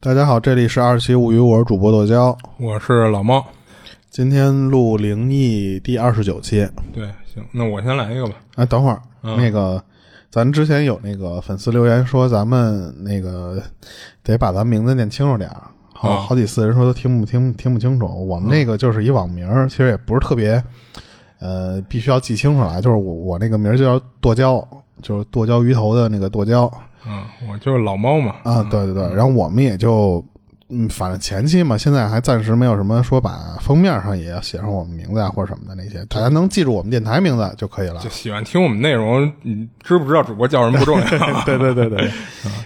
大家好，这里是二期物语，我是主播剁椒。我是老猫。今天录灵异第二十九期。对，行，那我先来一个吧。哎，等会儿，嗯那个咱之前有那个粉丝留言说，咱们那个得把咱名字念清楚点儿。好、啊好几次人说都听不听听不清楚，我们那个就是一网名儿，其实也不是特别，呃，必须要记清楚来。就是我我那个名儿就叫剁椒，就是剁椒鱼头的那个剁椒。嗯，我就是老猫嘛。啊，对对对，然后我们也就，嗯，反正前期嘛，现在还暂时没有什么说把封面上也要写上我们名字啊或者什么的那些，大家能记住我们电台名字就可以了就。喜欢听我们内容，你知不知道主播叫什么不重要。 对对对对，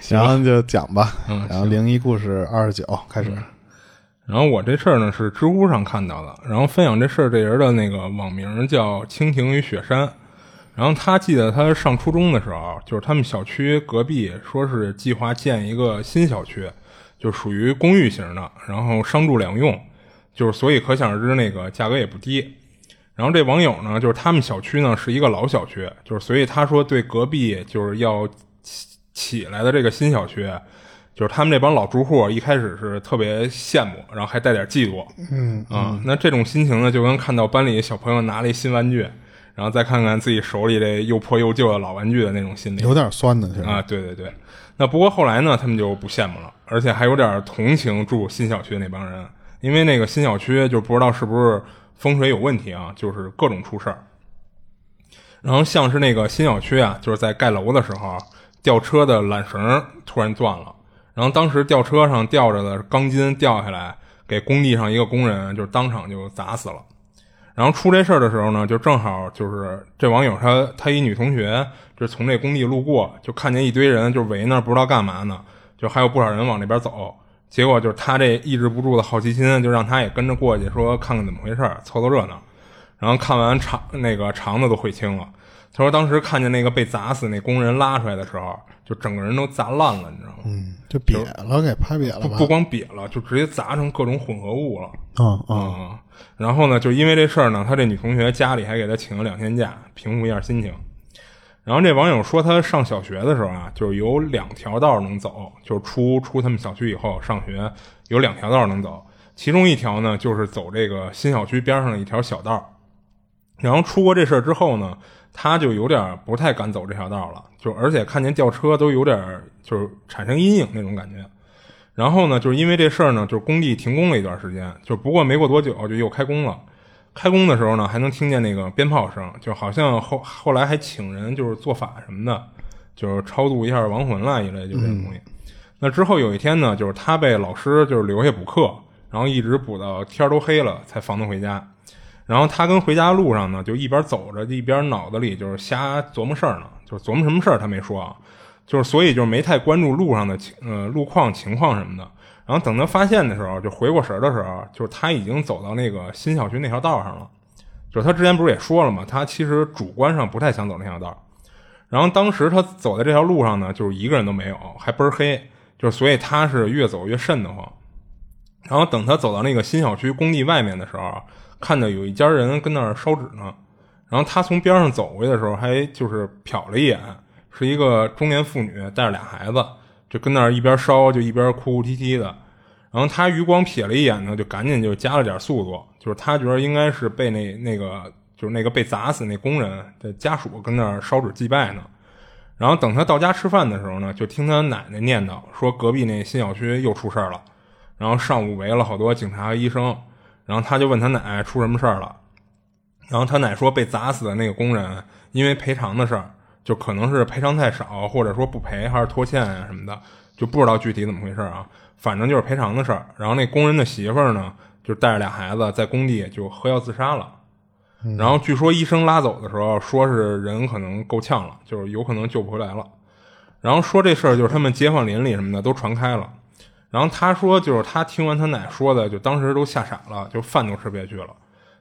然后就讲吧，嗯然后灵异故事二十九开始，然后我这事儿呢是知乎上看到的，然后分享这事儿这人的那个网名叫蜻蜓与雪山。然后他记得他上初中的时候，就是他们小区隔壁说是计划建一个新小区，就属于公寓型的，然后商住两用，就是所以可想而知那个价格也不低。然后这网友呢，就是他们小区呢是一个老小区，就是所以他说对隔壁就是要起起来的这个新小区，就是他们这帮老住户一开始是特别羡慕，然后还带点嫉妒，嗯啊、那这种心情呢，就跟看到班里小朋友拿了一新玩具，然后再看看自己手里这又破又旧的老玩具的那种心理，有点酸的，其实、啊，对对对。那不过后来呢，他们就不羡慕了，而且还有点同情住新小区那帮人，因为那个新小区就不知道是不是风水有问题啊，就是各种出事儿。然后像是那个新小区啊，就是在盖楼的时候，啊吊车的缆绳突然断了，然后当时吊车上吊着的钢筋掉下来，给工地上一个工人就是当场就砸死了。然后出这事儿的时候呢，就正好就是这网友他他一女同学就从这工地路过，就看见一堆人就围那儿不知道干嘛呢，就还有不少人往那边走。结果就是他这抑制不住的好奇心，就让他也跟着过去说看看怎么回事儿，凑凑热闹。然后看完肠那个肠子都悔青了。他说当时看见那个被砸死那工人拉出来的时候，就整个人都砸烂了，你知道吗？嗯，就瘪了，给拍瘪了不吧不，光瘪了，就直接砸成各种混合物了。嗯嗯，啊、然后呢，就因为这事儿呢，他这女同学家里还给他请了两天假，平复一下心情。然后这网友说，他上小学的时候啊，就是有两条道儿能走，就是出出他们小区以后上学有两条道儿能走，其中一条呢就是走这个新小区边上的一条小道儿。然后出过这事儿之后呢，他就有点不太敢走这条道了，就而且看见吊车都有点儿就是产生阴影那种感觉。然后呢，就是因为这事儿呢，就是工地停工了一段时间，就不过没过多久就又开工了。开工的时候呢，还能听见那个鞭炮声，就好像后后来还请人就是做法什么的，就是超度一下亡魂啦一类，就这种东西。那之后有一天呢，就是他被老师就是留下补课，然后一直补到天儿都黑了才放他回家。然后他跟回家路上呢，就一边走着，一边脑子里就是瞎琢磨事儿呢，就是琢磨什么事儿他没说啊，就是所以就是没太关注路上的情呃路况情况什么的。然后等他发现的时候，就回过神儿的时候，就是他已经走到那个新小区那条道上了。就是他之前不是也说了嘛，他其实主观上不太想走那条道儿。然后当时他走在这条路上呢，就是一个人都没有，还倍儿黑，就是所以他是越走越瘆得慌。然后等他走到那个新小区工地外面的时候，看到有一家人跟那儿烧纸呢。然后他从边上走过去的时候，还就是瞟了一眼，是一个中年妇女带着俩孩子，就跟那儿一边烧就一边哭哭啼啼的。然后他余光瞥了一眼呢，就赶紧就加了点速度，就是他觉得应该是被那那个就是那个被砸死那工人的家属跟那儿烧纸祭拜呢。然后等他到家吃饭的时候呢，就听他奶奶念叨说隔壁那新小区又出事儿了，然后上午围了好多警察和医生，然后他就问他奶出什么事儿了，然后他奶说被砸死的那个工人因为赔偿的事儿，就可能是赔偿太少，或者说不赔还是拖欠啊什么的，就不知道具体怎么回事啊，反正就是赔偿的事儿。然后那工人的媳妇儿呢，就带着俩孩子在工地就喝药自杀了。然后据说医生拉走的时候说是人可能够呛了，就是有可能救不回来了。然后说这事儿就是他们街坊邻里什么的都传开了。然后他说就是他听完他奶说的，就当时都吓傻了，就饭都吃不下去了。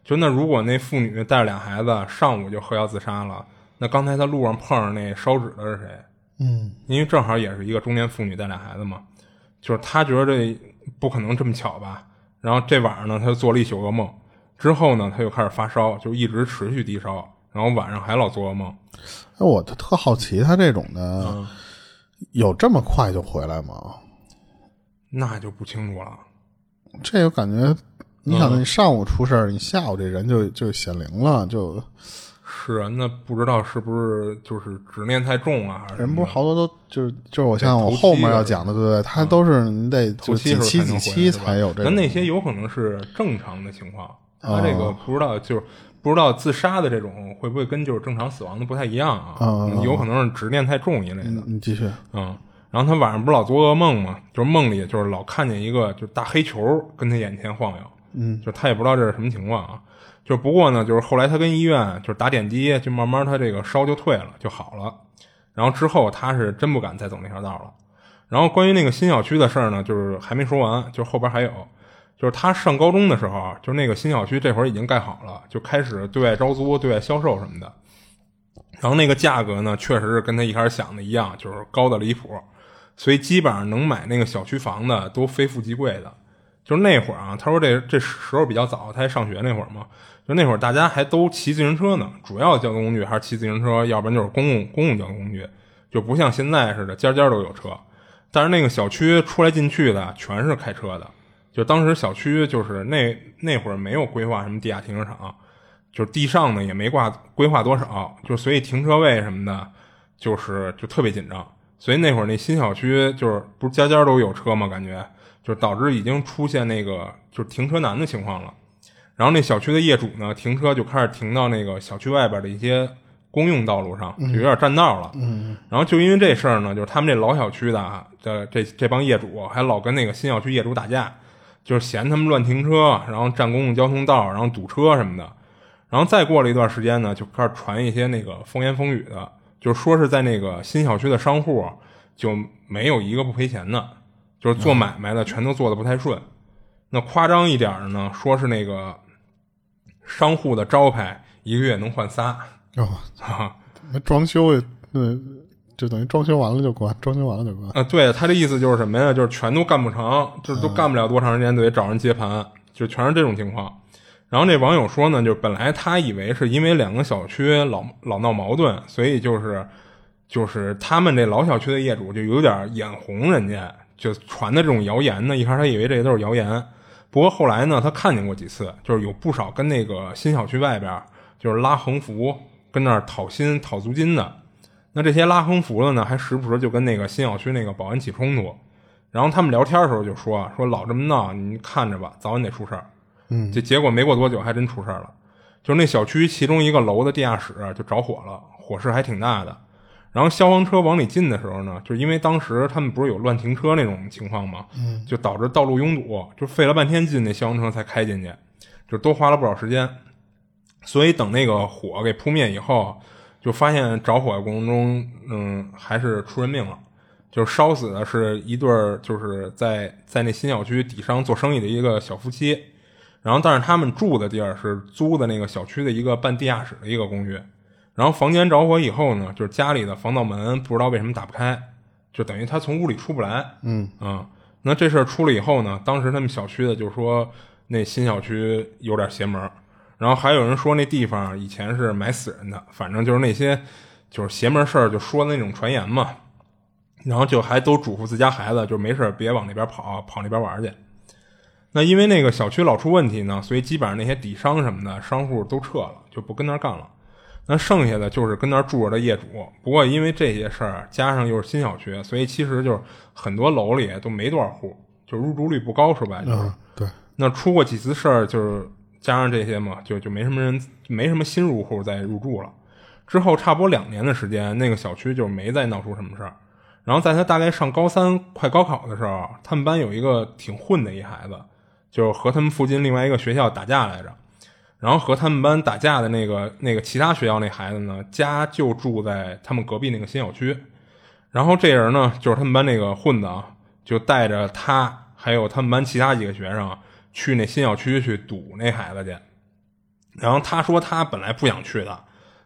就那如果那妇女带着俩孩子上午就喝药自杀了，那刚才他路上碰上那烧纸的是谁？嗯，因为正好也是一个中年妇女带俩孩子嘛，就是他觉得这不可能这么巧吧。然后这晚上呢，他就做了一宿噩梦，之后呢，他就开始发烧，就一直持续低烧，然后晚上还老做噩梦。哎，我就嗯特好奇他这种的，有这么快就回来吗？那就不清楚了。这个感觉，你想你上午出事儿，你下午这人就就显灵了，就是啊，那不知道是不是就是执念太重啊，还是什人么不是好多都就是就是我像我头七后面要讲的，对不嗯对？他都是你得头就几七时候期能几回期是吧才有这个。那那些有可能是正常的情况，他哦这个不知道就是。不知道自杀的这种会不会跟就是正常死亡的不太一样啊？哦嗯有可能是执念太重一类的。你继续，嗯，然后他晚上不是老做噩梦嘛，就是梦里就是老看见一个就是大黑球跟他眼前晃悠，嗯，就是他也不知道这是什么情况啊。就是不过呢，就是后来他跟医院就是打点滴，就慢慢他这个烧就退了，就好了。然后之后他是真不敢再走那条道了。然后关于那个新小区的事儿呢，就是还没说完，就是后边还有，就是他上高中的时候啊，就是那个新小区这会儿已经盖好了，就开始对外招租、对外销售什么的。然后那个价格呢，确实是跟他一开始想的一样，就是高的离谱，所以基本上能买那个小区房的都非富即贵的。就是那会儿啊，他说这这时候比较早，他还上学那会儿嘛，就那会儿大家还都骑自行车呢，主要交通工具还是骑自行车，要不然就是公共公共交通工具，就不像现在似的家家都有车。但是那个小区出来进去的全是开车的，就当时小区就是那那会儿没有规划什么地下停车场，就是地上呢也没挂规划多少，就所以停车位什么的，就是就特别紧张。所以那会儿那新小区就是不是家家都有车嘛，感觉就是导致已经出现那个就是停车难的情况了。然后那小区的业主呢，停车就开始停到那个小区外边的一些公用道路上，就有点占道了。嗯，然后就因为这事儿呢，就是他们这老小区的啊，这这这帮业主还老跟那个新小区业主打架，就是嫌他们乱停车，然后占公共交通道，然后堵车什么的。然后再过了一段时间呢，就开始传一些那个风言风语的，就是说是在那个新小区的商户就没有一个不赔钱的，就是做买卖的全都做的不太顺。那夸张一点儿呢，说是那个商户的招牌一个月能换仨， 哦，啊那装修也对，就等于装修完了就关，装修完了就关。啊，对他这意思就是什么呀？就是全都干不成，就是都干不了多长时间，就得找人接盘，就全是这种情况。然后这网友说呢，就是本来他以为是因为两个小区老老闹矛盾，所以就是就是他们这老小区的业主就有点眼红人家，就传的这种谣言呢。一开始他以为这些都是谣言，不过后来呢，他看见过几次，就是有不少跟那个新小区外边儿就是拉横幅，跟那儿讨薪讨租金的。那这些拉横幅的呢，还时不时就跟那个新小区那个保安起冲突。然后他们聊天的时候就说啊说老这么闹，你看着吧，早晚得出事儿。嗯，这结果没过多久还真出事儿了，就是那小区其中一个楼的地下室啊就着火了，火势还挺大的。然后消防车往里进的时候呢，就是因为当时他们不是有乱停车那种情况嘛，嗯，就导致道路拥堵，就费了半天劲，那消防车才开进去，就都花了不少时间。所以等那个火给扑灭以后，就发现着火的过程中，嗯，还是出人命了。就是烧死的是一对儿，就是在在那新小区底商做生意的一个小夫妻，然后但是他们住的地儿是租的那个小区的一个半地下室的一个公寓，然后房间着火以后呢，就是家里的防盗门不知道为什么打不开，就等于他从屋里出不来，嗯啊、那这事儿出了以后呢，当时他们小区的就说那新小区有点邪门儿，然后还有人说那地方啊以前是埋死人的，反正就是那些就是邪门事儿就说的那种传言嘛，然后就还都嘱咐自家孩子，就没事儿别往那边跑，跑那边玩儿去。那因为那个小区老出问题呢，所以基本上那些底商什么的商户都撤了，就不跟那儿干了。那剩下的就是跟那儿住着的业主。不过因为这些事儿，加上又是新小区，所以其实就是很多楼里都没多少户，就入住率不高，说白了就是。嗯，对，那出过几次事儿，就是加上这些嘛，就就没什么人，没什么新入户再入住了。之后差不多两年的时间，那个小区就没再闹出什么事儿。然后在他大概上高三快高考的时候，他们班有一个挺混的一孩子，就是和他们附近另外一个学校打架来着。然后和他们班打架的那个那个其他学校那孩子呢，家就住在他们隔壁那个新小区。然后这人呢，就是他们班那个混子啊，就带着他还有他们班其他几个学生啊去那新小区去堵那孩子去。然后他说他本来不想去的，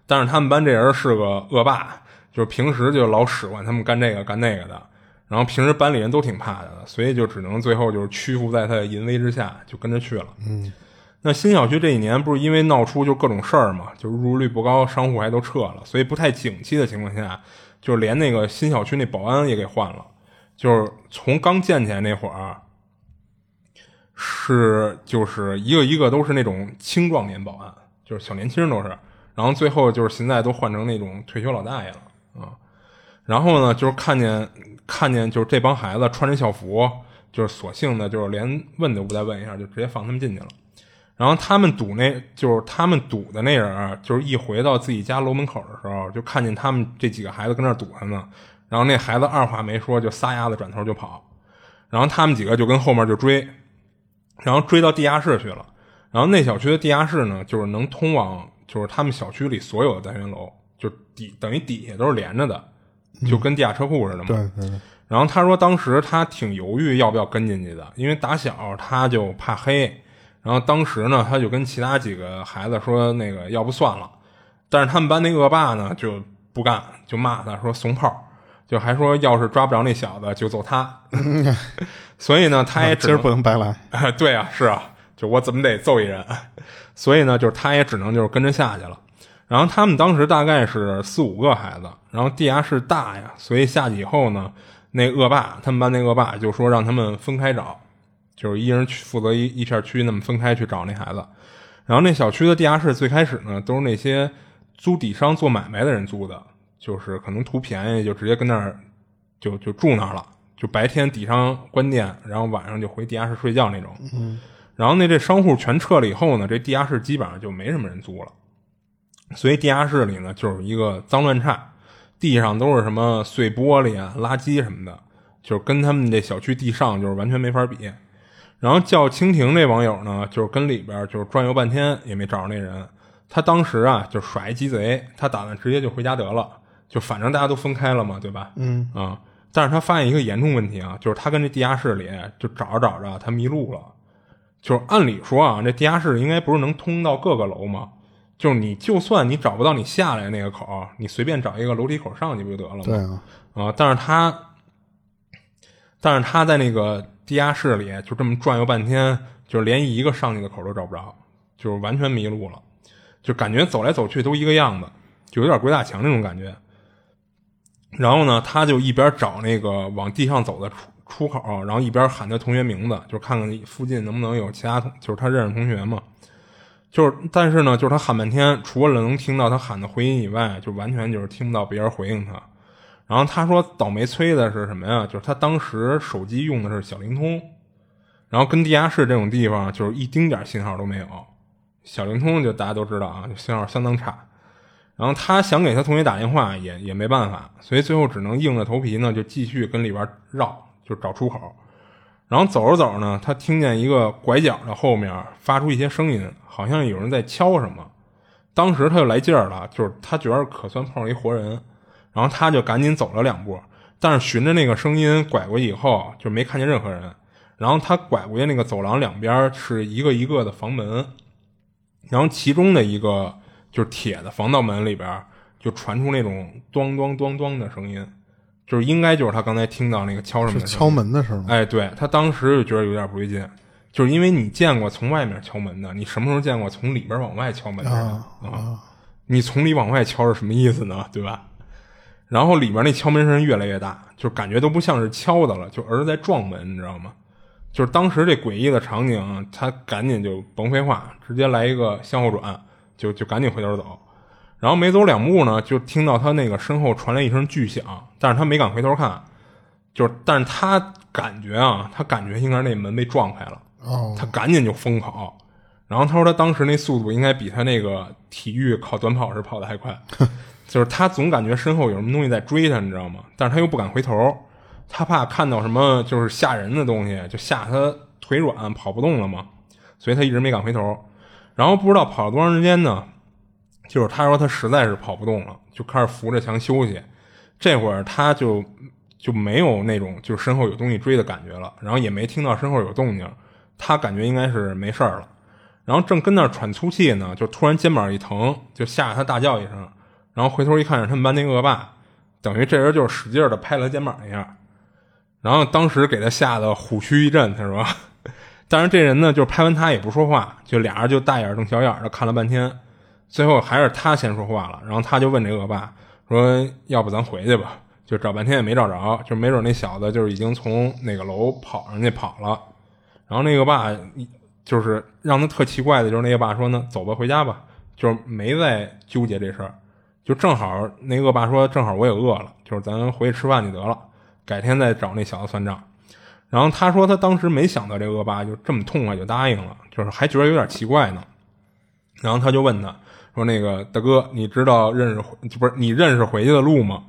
但是他们班这人是个恶霸，就是平时就老使唤他们干这个干那个的。然后平时班里人都挺怕他的，所以就只能最后就是屈服在他的淫威之下，就跟着去了。那新小区这一年不是因为闹出就各种事儿嘛，就入住率不高，商户还都撤了，所以不太景气的情况下，就连那个新小区那保安也给换了。就是从刚建起来那会儿，是就是一个一个都是那种青壮年保安，就是小年轻都是，然后最后就是现在都换成那种退休老大爷了啊、然后呢，就是看见看见就是这帮孩子穿着校服，就是索性呢就是连问都不带问一下，就直接放他们进去了。然后他们堵那，就是他们堵的那人儿，就是一回到自己家楼门口的时候，就看见他们这几个孩子跟那儿堵他呢。然后那孩子二话没说，就撒丫子转头就跑。然后他们几个就跟后面就追，然后追到地下室去了。然后那小区的地下室呢，就是能通往就是他们小区里所有的单元楼，就底等于底下都是连着的，就跟地下车库似的嘛。对对对，然后他说，当时他挺犹豫要不要跟进去的，因为打小他就怕黑。然后当时呢，他就跟其他几个孩子说，那个要不算了。但是他们班那恶霸呢就不干，就骂他说怂炮，就还说要是抓不着那小子就揍 他。所以呢，他也只今儿能不能白来。啊， 对啊，是啊，就我怎么得揍一人，所以呢，就是他也只能就是跟着下去了。然后他们当时大概是四五个孩子，然后地下室大呀，所以下去以后呢，那恶霸他们班那恶霸就说让他们分开找，就是一人去负责一一片区，那么分开去找那孩子。然后那小区的地下室最开始呢，都是那些租底商做买卖的人租的，就是可能图便宜就直接跟那儿就就住那儿了，就白天底商关店，然后晚上就回地下室睡觉那种。嗯，然后那这商户全撤了以后呢，这地下室基本上就没什么人租了，所以地下室里呢就是一个脏乱差，地上都是什么碎玻璃啊、垃圾什么的，就是跟他们这小区地上就是完全没法比。然后叫蜻蜓这网友呢，就是跟里边就是转悠半天也没找着那人。他当时啊就耍一鸡贼，他打算直接就回家得了，就反正大家都分开了嘛，对吧？嗯啊、但是他发现一个严重问题啊，就是他跟这地下室里就找着找着，他迷路了。就是按理说啊，这地下室应该不是能通到各个楼吗？就是你就算你找不到你下来那个口儿，你随便找一个楼梯口上去不就得了吗？对啊，啊，但是他，但是他在那个地下室里就这么转悠半天，就是连一个上去的口都找不着，就是完全迷路了，就感觉走来走去都一个样子，就有点鬼打墙那种感觉。然后呢，他就一边找那个往地上走的出出口，然后一边喊他同学名字，就是看看附近能不能有其他同，就是他认识同学嘛。就是，但是呢，就是他喊半天，除了能听到他喊的回音以外，就完全就是听不到别人回应他。然后他说倒霉催的是什么呀？就是他当时手机用的是小灵通，然后跟地下室这种地方就是一丁点信号都没有。小灵通就大家都知道啊，就信号相当差。然后他想给他同学打电话也也没办法，所以最后只能硬着头皮呢，就继续跟里边绕，就找出口。然后走着走着呢，他听见一个拐角的后面发出一些声音，好像有人在敲什么。当时他就来劲儿了，就是他觉得可算碰上一活人，然后他就赶紧走了两步，但是循着那个声音拐过去以后，就没看见任何人。然后他拐过去那个走廊两边是一个一个的房门，然后其中的一个就是铁的防盗门里边就传出那种咚咚咚咚的声音，就是应该就是他刚才听到那个敲什么是的声音敲门的事吗？哎，对他当时就觉得有点不对劲，就是因为你见过从外面敲门的，你什么时候见过从里边往外敲门的人啊啊？你从里往外敲是什么意思呢？对吧？然后里边那敲门声越来越大，就感觉都不像是敲的了，就而是在撞门，你知道吗？就是当时这诡异的场景啊，他赶紧就甭废话，直接来一个向后转，就就赶紧回头走。然后没走两步呢，就听到他那个身后传来一声巨响，但是他没敢回头看，就是但是他感觉啊，他感觉应该是那门被撞开了，哦他赶紧就疯跑。然后他说他当时那速度应该比他那个体育考短跑时跑的还快，就是他总感觉身后有什么东西在追他，你知道吗？但是他又不敢回头，他怕看到什么就是吓人的东西，就吓他腿软跑不动了嘛，所以他一直没敢回头。然后不知道跑了多长时间呢，就是他说他实在是跑不动了，就开始扶着墙休息。这会儿他就就没有那种就是身后有东西追的感觉了，然后也没听到身后有动静，他感觉应该是没事儿了。然后正跟那儿喘粗气呢，就突然肩膀一疼，就吓得他大叫一声，然后回头一看是他们班那恶霸，等于这人就是使劲的拍了他肩膀一下，然后当时给他吓得虎躯一震，他说。 但是这人呢，就是拍完他也不说话，就俩人就大眼瞪小眼的看了半天，最后还是他先说话了，然后他就问这恶霸说：“要不咱回去吧？”就找半天也没找着，就没准那小子就是已经从哪个楼跑上去跑了。然后那个爸就是让他特奇怪的，就是那个爸说呢，走吧，回家吧，就是没再纠结这事儿。就正好那恶霸说，正好我也饿了，就是咱回去吃饭就得了，改天再找那小子算账。然后他说他当时没想到这恶霸就这么痛快就答应了，就是还觉得有点奇怪呢。然后他就问他说：“那个大哥，你知道认识回就不是你认识回去的路吗？”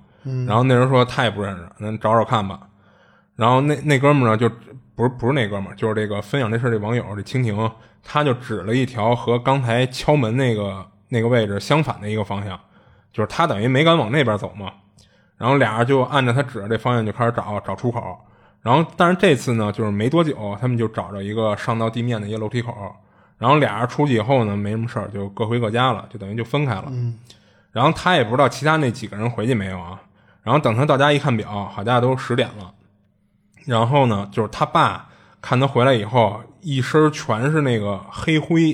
然后那人说他也不认识，那找找看吧。然后那那哥们儿呢，就不是不是那哥们儿，就是这个分享这事儿这网友这蜻蜓，他就指了一条和刚才敲门那个那个位置相反的一个方向，就是他等于没敢往那边走嘛。然后俩人就按照他指的这方向就开始找找出口。然后但是这次呢，就是没多久，他们就找着一个上到地面的一个楼梯口。然后俩人出去以后呢，没什么事儿，就各回各家了，就等于就分开了。然后他也不知道其他那几个人回去没有啊。然后等他到家一看表，好家伙都十点了。然后呢，就是他爸看他回来以后，一身全是那个黑灰，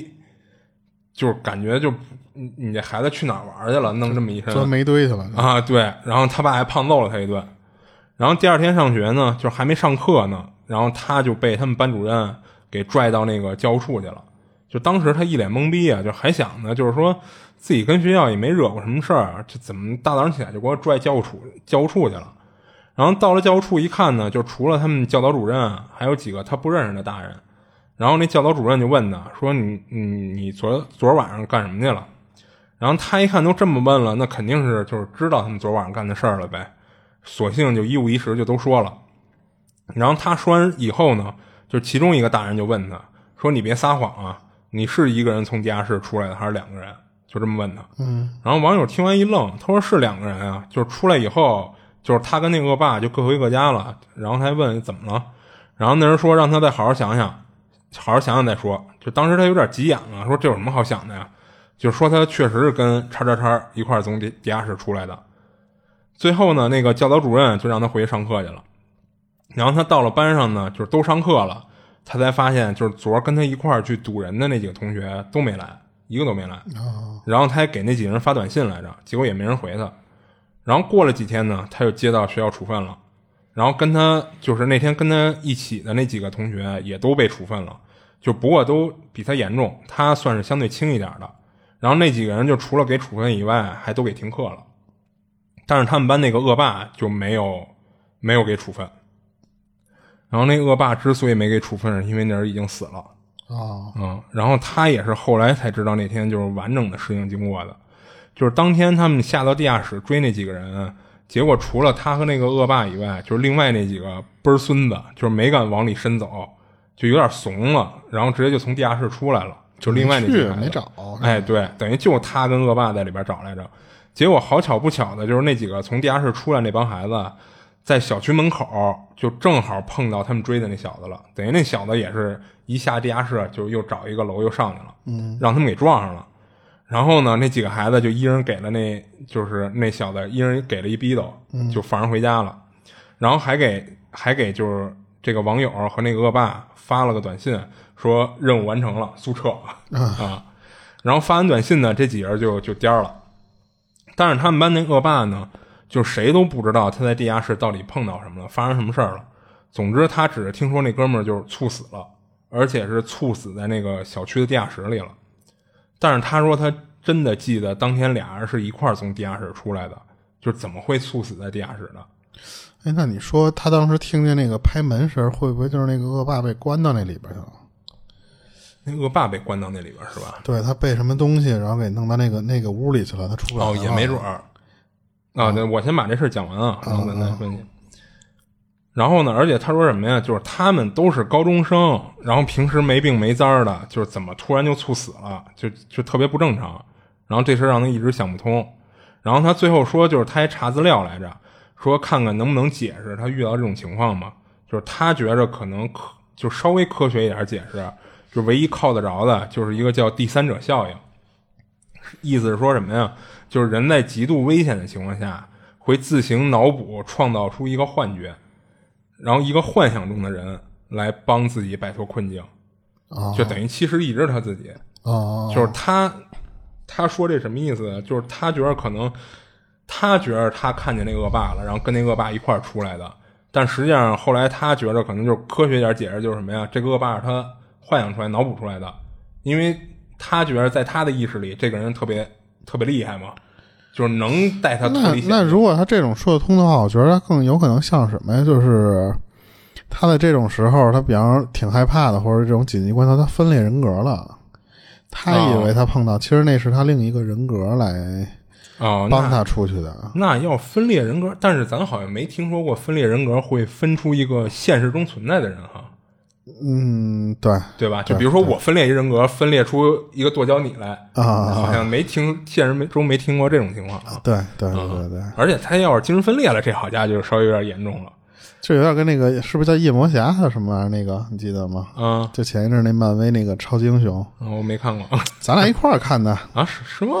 就是感觉就你你这孩子去哪儿玩去了，弄这么一身钻煤堆去了。啊，对，然后他爸还胖揍了他一顿。然后第二天上学呢，就是还没上课呢，然后他就被他们班主任给拽到那个教务处去了。就当时他一脸懵逼啊，就还想呢，就是说自己跟学校也没惹过什么事儿，这怎么大早上起来就给我拽教务处教务处去了？然后到了教务处一看呢，就除了他们教导主任，还有几个他不认识的大人。然后那教导主任就问他说你：“你你你昨昨晚上干什么去了？”然后他一看都这么问了，那肯定是就是知道他们昨晚上干的事儿了呗，索性就一五一十就都说了。然后他说完以后呢，就其中一个大人就问他说：“你别撒谎啊，你是一个人从地下室出来的还是两个人？”就这么问他。嗯。然后网友听完一愣，他说：“是两个人啊，就是出来以后，就是他跟那恶霸就各回各家了。”然后他还问怎么了，然后那人说让他再好好想想，好好想想再说。就当时他有点急眼了，说这有什么好想的呀？就说他确实是跟叉叉叉一块儿从地地下室出来的。最后呢，那个教导主任就让他回去上课去了。然后他到了班上呢，就是都上课了，他才发现就是昨儿跟他一块儿去堵人的那几个同学都没来，一个都没来。然后他还给那几个人发短信来着，结果也没人回他。然后过了几天呢，他就接到学校处分了。然后跟他就是那天跟他一起的那几个同学也都被处分了，就不过都比他严重，他算是相对轻一点的。然后那几个人就除了给处分以外，还都给停课了。但是他们班那个恶霸就没有没有给处分。然后那恶霸之所以没给处分，是因为那人已经死了。啊，嗯，然后他也是后来才知道那天就是完整的事情经过的，就是当天他们下到地下室追那几个人，结果除了他和那个恶霸以外，就是另外那几个倍儿孙子，就是没敢往里伸走，就有点怂了，然后直接就从地下室出来了。就另外那几去个孩子没找，哎，对，等于就他跟恶霸在里边找来着。结果好巧不巧的，就是那几个从地下室出来那帮孩子，在小区门口就正好碰到他们追的那小子了。等于那小子也是一下地下室就又找一个楼又上去了，嗯，让他们给撞上了。然后呢，那几个孩子就一人给了那，就是那小子一人给了一逼斗，就放人回家了。然后还给还给就是这个网友和那个恶霸发了个短信，说任务完成了，速撤啊。然后发完短信呢，这几人就就颠儿了。但是他们班那恶霸呢，就谁都不知道他在地下室到底碰到什么了，发生什么事儿了。总之，他只是听说那哥们儿就是猝死了，而且是猝死在那个小区的地下室里了。但是他说他真的记得当天俩人是一块儿从地下室出来的，就是怎么会猝死在地下室呢？哎，那你说他当时听见那个拍门声，会不会就是那个恶霸被关到那里边去了？那恶霸被关到那里边儿是吧？对他被什么东西，然后给弄到那个那个屋里去了，他出不来哦，了也没准儿。啊，对，我先把这事儿讲完啊，然后咱再分析。然后呢，而且他说什么呀？就是他们都是高中生，然后平时没病没灾儿的，就是怎么突然就猝死了，就就特别不正常。然后这事儿让他一直想不通。然后他最后说，就是他还查资料来着，说看看能不能解释他遇到这种情况嘛。就是他觉着可能科就稍微科学一点儿解释，就唯一靠得着的就是一个叫第三者效应。意思是说什么呀？就是人在极度危险的情况下，会自行脑补创造出一个幻觉，然后一个幻想中的人来帮自己摆脱困境，啊就等于其实一直是他自己。啊就是他，他说这什么意思？就是他觉得可能他觉得他看见那恶霸了，然后跟那恶霸一块儿出来的。但实际上后来他觉得可能就是科学点解释就是什么呀？这个恶霸是他幻想出来、脑补出来的，因为他觉得在他的意识里，这个人特别特别厉害嘛，就是能带他脱那离险那境。如果他这种说得通的话，我觉得他更有可能像什么呀？就是他在这种时候，他比方说挺害怕的，或者这种紧急关头，他分裂人格了。他以为他碰到，其实那是他另一个人格来哦，那帮他出去的。那要分裂人格，但是咱好像没听说过分裂人格会分出一个现实中存在的人哈，嗯，对对吧？就比如说我分裂一人格，分裂出一个剁椒你来，好啊，像没听现实没中没听过这种情况啊。对对对对对，而且他要是精神分裂了，这好家伙就稍微有点严重了。就有点跟那个是不是叫夜魔侠还啊是什么玩意儿？那个你记得吗？嗯，就前一阵那漫威那个超级英雄，我没看过 咱俩一块儿看的，啊，是是吗？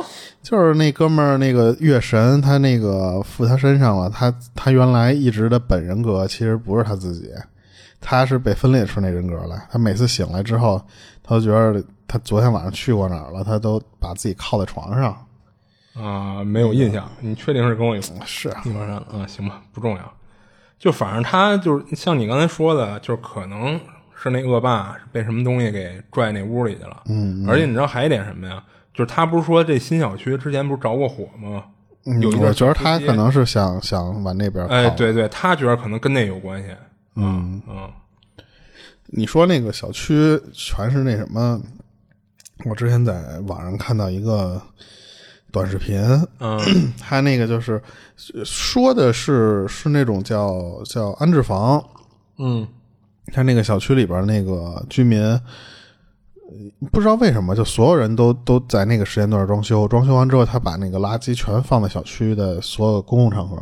就是那哥们儿，那个月神，他那个附他身上了。他他原来一直的本人格其实不是他自己，他是被分裂出那人格来。他每次醒来之后，他都觉得他昨天晚上去过哪儿了，他都把自己靠在床上。啊、没有印象。你确定是跟我有是啊，一模上啊，行吧，不重要。就反正他就是像你刚才说的，就是可能是那恶霸被什么东西给拽那屋里去了。嗯，而且你知道还有一点什么呀？就是他不是说这新小区之前不是着过火吗？嗯有一段我觉得他时间可能是想想往那边靠。哎，，对对，他觉得可能跟那有关系。嗯，嗯，你说那个小区全是那什么？我之前在网上看到一个短视频，嗯 他那个就是呃说的是是那种叫叫安置房，嗯他那个小区里边那个居民，呃不知道为什么就所有人都都在那个时间段装修，装修完之后，他把那个垃圾全放在小区的所有公共场合。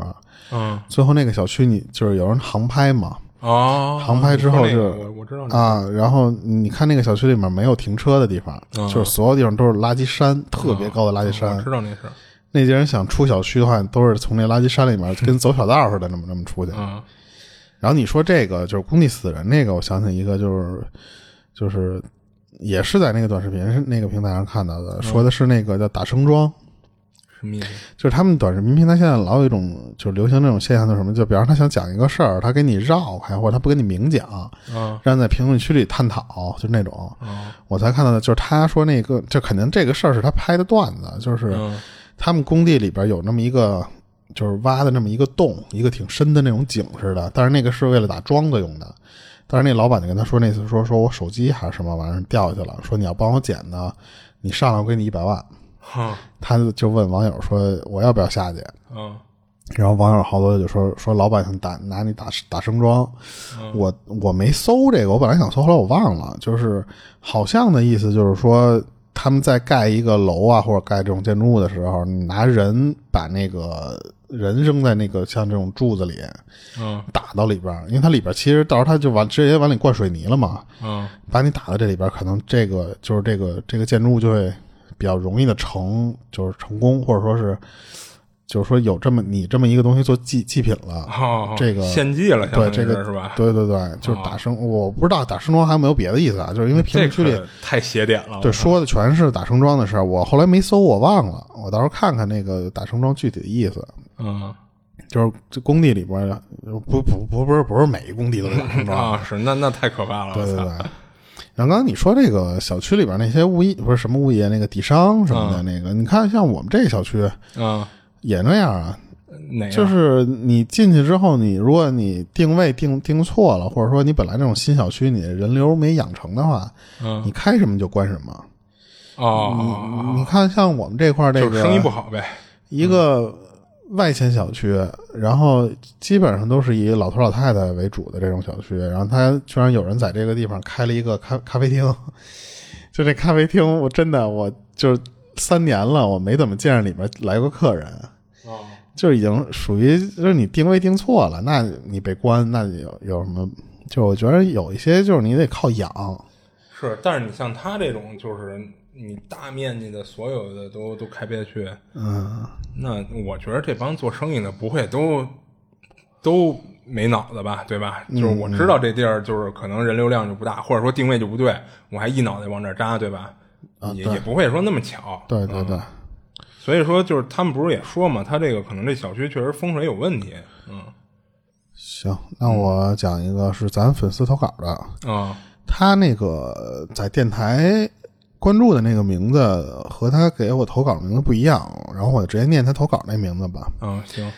嗯，最后那个小区你就是有人航拍嘛哦，航拍之后你说那就个我我知道你啊，然后你看那个小区里面没有停车的地方，嗯就是所有地方都是垃圾山，特别高的垃圾山我。知道那是。那些人想出小区的话，都是从那垃圾山里 面跟走小道似的那么那么出去。嗯然后你说这个就是工地死人那个，我想起一个就是就是也是在那个短视频那个平台上看到嗯的，说的是那个叫打生桩，什么意思？就是他们短视频平台现在老有一种就是流行这种现象，就是什么，就比方说他想讲一个事儿，他给你绕开，或者他不跟你明讲，啊让你在评论区里探讨，就那种。啊我才看到的，就是他说那个，就肯定这个事儿是他拍的段子，就是嗯他们工地里边有那么一个。就是挖的那么一个洞，一个挺深的那种井似的，但是那个是为了打桩子用的。但是那老板就跟他说，那次说说我手机还是什么玩意儿掉下去了，说你要帮我捡呢，你上来我给你一百万。啊他就问网友说我要不要下去？啊然后网友好多就说说老板想打拿你打打生桩，我我没搜这个，我本来想搜，后来我忘了，就是好像的意思就是说他们在盖一个楼啊或者盖这种建筑物的时候，你拿人把那个人扔在那个像这种柱子里嗯打到里边儿，因为它里边儿其实到时候它就往直接往里灌水泥了嘛，嗯把你打到这里边儿，可能这个就是这个这个建筑物就会比较容易的成，就是成功，或者说是，就是说有这么你这么一个东西做祭祭品了。哦，这个献祭了，相对当于这个是吧？对对对，就是打生，我不知道打生桩还有没有别的意思啊，就是因为评哦这论区里可太邪点了。对说的全是打生桩的事儿，我后来没搜，我忘了，我到时候看看那个打生桩具体的意思。嗯就是这工地里边儿不不不不是不是每个工地都是打生桩，啊，是那那太可怕了，对对我对操。。然后刚刚你说这个小区里边那些物业不是什么物业那个底商什么嗯的那个，你看像我们这个小区啊，也那样啊，哪个就是你进去之后，你如果你定位定定错了，或者说你本来这种新小区你人流没养成的话，嗯你开什么就关什么。哦，你看像我们这块儿这就是个生意不好呗。一个外迁小区，然后基本上都是以老头老太太为主的这种小区，然后他居然有人在这个地方开了一个咖咖啡厅， 就这咖啡厅，我真的我就是三年了，我没怎么见着里面来过客人，哦，就是已经属于就是你定位定错了，那你被关，那你有有什么？就我觉得有一些就是你得靠养，是，但是你像他这种，就是你大面积的所有的都都开不下去，嗯，那我觉得这帮做生意的不会都都没脑子吧，对吧？就是我知道这地儿就是可能人流量就不大，或者说定位就不对，我还一脑袋往这儿扎，对吧？也也不会说那么巧。对对对。所以说，就是他们不是也说嘛，他这个可能这小区确实风水有问题。嗯行，那我讲一个是咱粉丝投稿的，啊他那个在电台关注的那个名字和他给我投稿的名字不一样，然后我就直接念他投稿那名字吧。啊，行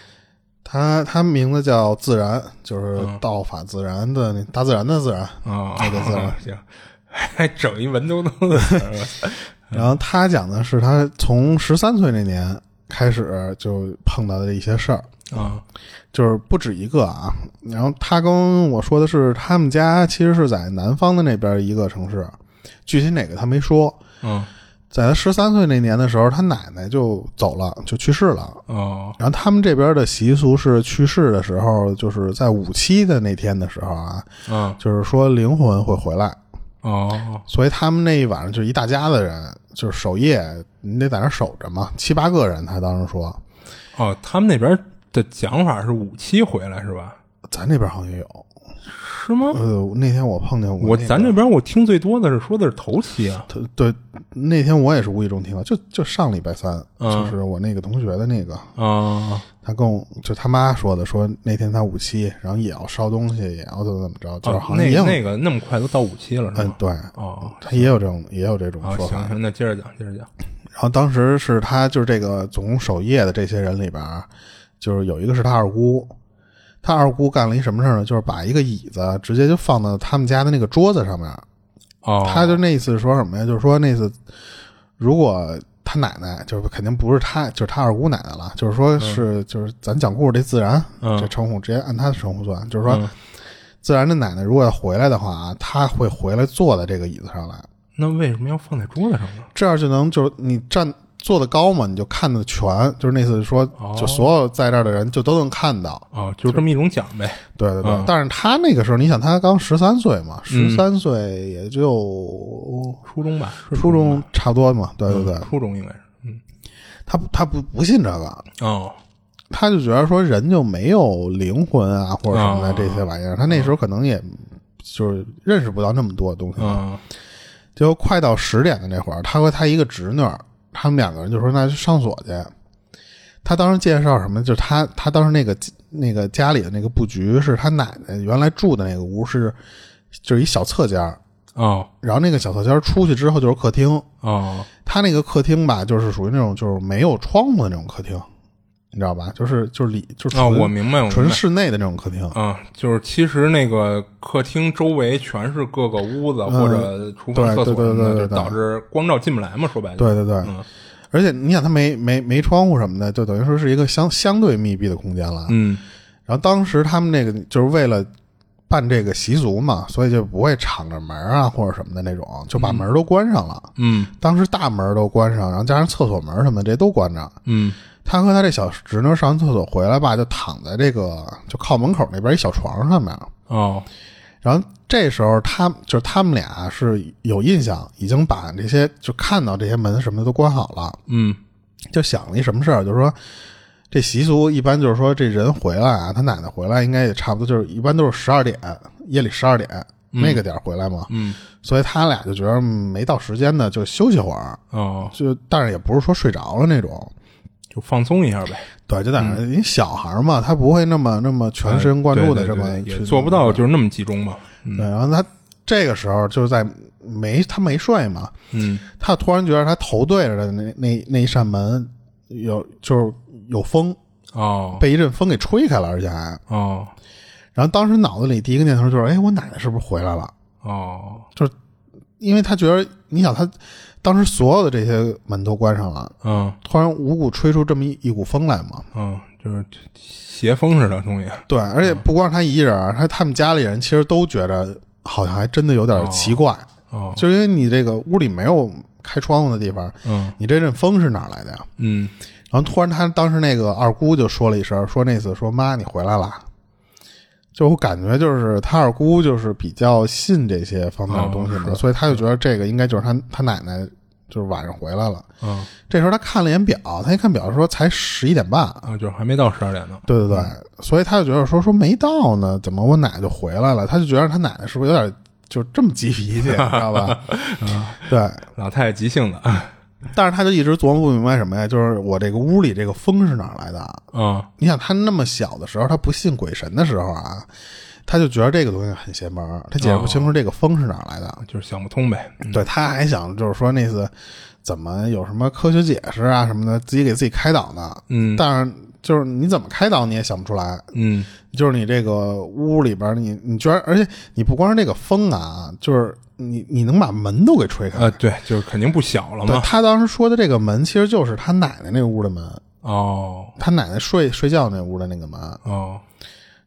他他名字叫自然，就是道法自然的那大自然的自然。啊，那就自然行， 还整一文绉绉的词儿。然后他讲的是他从十三岁那年开始就碰到的一些事儿，啊就是不止一个啊。然后他跟我说的是，他们家其实是在南方的那边一个城市，具体哪个他没说。嗯在他十三岁那年的时候，他奶奶就走了，就去世了。哦然后他们这边的习俗是去世的时候，就是在五七的那天的时候啊，嗯就是说灵魂会回来，哦所以他们那一晚上就一大家子人，就是守夜，你得在那儿守着嘛，七八个人。他当时说，哦，他们那边的讲法是五七回来是吧？咱这边好像也有。是吗？呃，那天我碰见我我那个咱这边我听最多的是说的是头七啊。他对那天我也是无意中听到，就就上礼拜三，嗯就是我那个同学的那个，啊他跟我就他妈说的，说那天他五七，然后也要烧东西，也要怎么怎么着，就是哦，好像那也有，那个那么快都到五期了是嗯吗，？对，哦，他也有这种也有这种啊，说法。行行，那接着讲，接着讲。然后当时是他就是这个总守夜的这些人里边儿，就是有一个是他二姑，他二姑干了一什么事儿呢？就是把一个椅子直接就放到他们家的那个桌子上面，哦，他就那意思说什么呀？就是说那意思，如果他奶奶就是肯定不是他，就是他二姑奶奶了，就是说是、就是咱讲故事这自然、嗯这称呼直接按他的称呼算，就是说、嗯自然的奶奶如果要回来的话啊，他会回来坐在这个椅子上来，那为什么要放在桌子上呢？这样就能就是你站坐的高嘛，你就看得全，就是那意思说哦就所有在这儿的人就都能看到。哦，就是这么一种讲呗。对对对，嗯但是他那个时候，你想他刚十三岁嘛，十三岁也就。初中吧，是初中差不多嘛，对对对，嗯初中应该是。嗯，他不他不不信这个，哦，他就觉得说人就没有灵魂啊，或者什么的啊这些玩意儿。他那时候可能也就是认识不到那么多的东西。嗯，结果快到十点的那会儿，他和他一个侄女儿，他们两个人就说那去上锁去。他当时介绍什么？就是他他当时那个那个家里的那个布局是他奶奶原来住的那个屋是就是一小侧间儿，哦，然后那个小侧间儿出去之后就是客厅。哦，他那个客厅吧，就是属于那种就是没有窗户的那种客厅，你知道吧？就是就是里就是哦，纯我明白，我明纯白。室内的那种客厅。啊、就是其实那个客厅周围全是各个屋子、或者厨房、嗯对厕所对什对么的，对对就导致光照进不来嘛。说白了，对对对，嗯而且你想，它没没没窗户什么的，就等于说是一个相相对密闭的空间了。嗯，然后当时他们那个就是为了办这个习俗嘛，所以就不会敞着门啊或者什么的那种，就把门都关上了。嗯当时大门都关上，然后加上厕所门什么的，这些都关着。嗯他和他这小侄女上完厕所回来吧，就躺在这个就靠门口那边一小床上面，哦然后这时候他就是他们俩是有印象，已经把这些就看到这些门什么的都关好了，嗯就想了一什么事儿，就是说这习俗一般就是说这人回来啊，他奶奶回来应该也差不多，就是一般都是十二点夜里十二点那个点儿回来嘛，嗯所以他俩就觉得嗯没到时间呢，就休息会儿，哦，就但是也不是说睡着了那种。就放松一下呗。对，就在那儿，嗯因为小孩儿嘛，他不会那么那么全神贯注的哎对这对么对去也做不到，就是那么集中嘛。嗯对，然后他这个时候就是在没他没睡嘛，嗯他突然觉得他头对着的那那那一扇门有就是有风，哦被一阵风给吹开了，而且还。哦然后当时脑子里第一个念头就是，哎，我奶奶是不是回来了？哦因为他觉得，你想他当时所有的这些门都关上了，嗯突然五股吹出这么一一股风来嘛。嗯，就是邪风似的东西。对，而且不光是他一人儿，他他们家里人其实都觉得好像还真的有点奇怪，哦就是因为你这个屋里没有开窗户的地方，嗯你这阵风是哪儿来的呀？嗯然后突然他当时那个二姑就说了一声，说那次说妈你回来了。就我感觉就是他二姑就是比较信这些方面的东西嘛，所以他就觉得这个应该就是他他奶奶就是晚上回来了。嗯这时候他看了眼表，他一看表说才十一点半，啊，就是还没到十二点呢。对对对，所以他就觉得说说没到呢，怎么我奶奶就回来了？他就觉得他奶奶是 不是有点就这么急脾气，你知道吧？对，老太太急性子。啊但是他就一直琢磨不明白什么呀，就是我这个屋里这个风是哪儿来的啊？啊你想他那么小的时候，他不信鬼神的时候啊，他就觉得这个东西很邪门儿，他解释不清楚这个风是哪儿来的。啊就是想不通呗。嗯对，他还想就是说那次怎么有什么科学解释啊什么的，自己给自己开导呢。嗯但是就是你怎么开导你也想不出来，嗯就是你这个屋里边儿你你居然，而且你不光是这个风啊，就是你你能把门都给吹开。啊，对，就是肯定不小了对嘛。他当时说的这个门，其实就是他奶奶那屋的门，哦他奶奶睡睡觉那屋的那个门。哦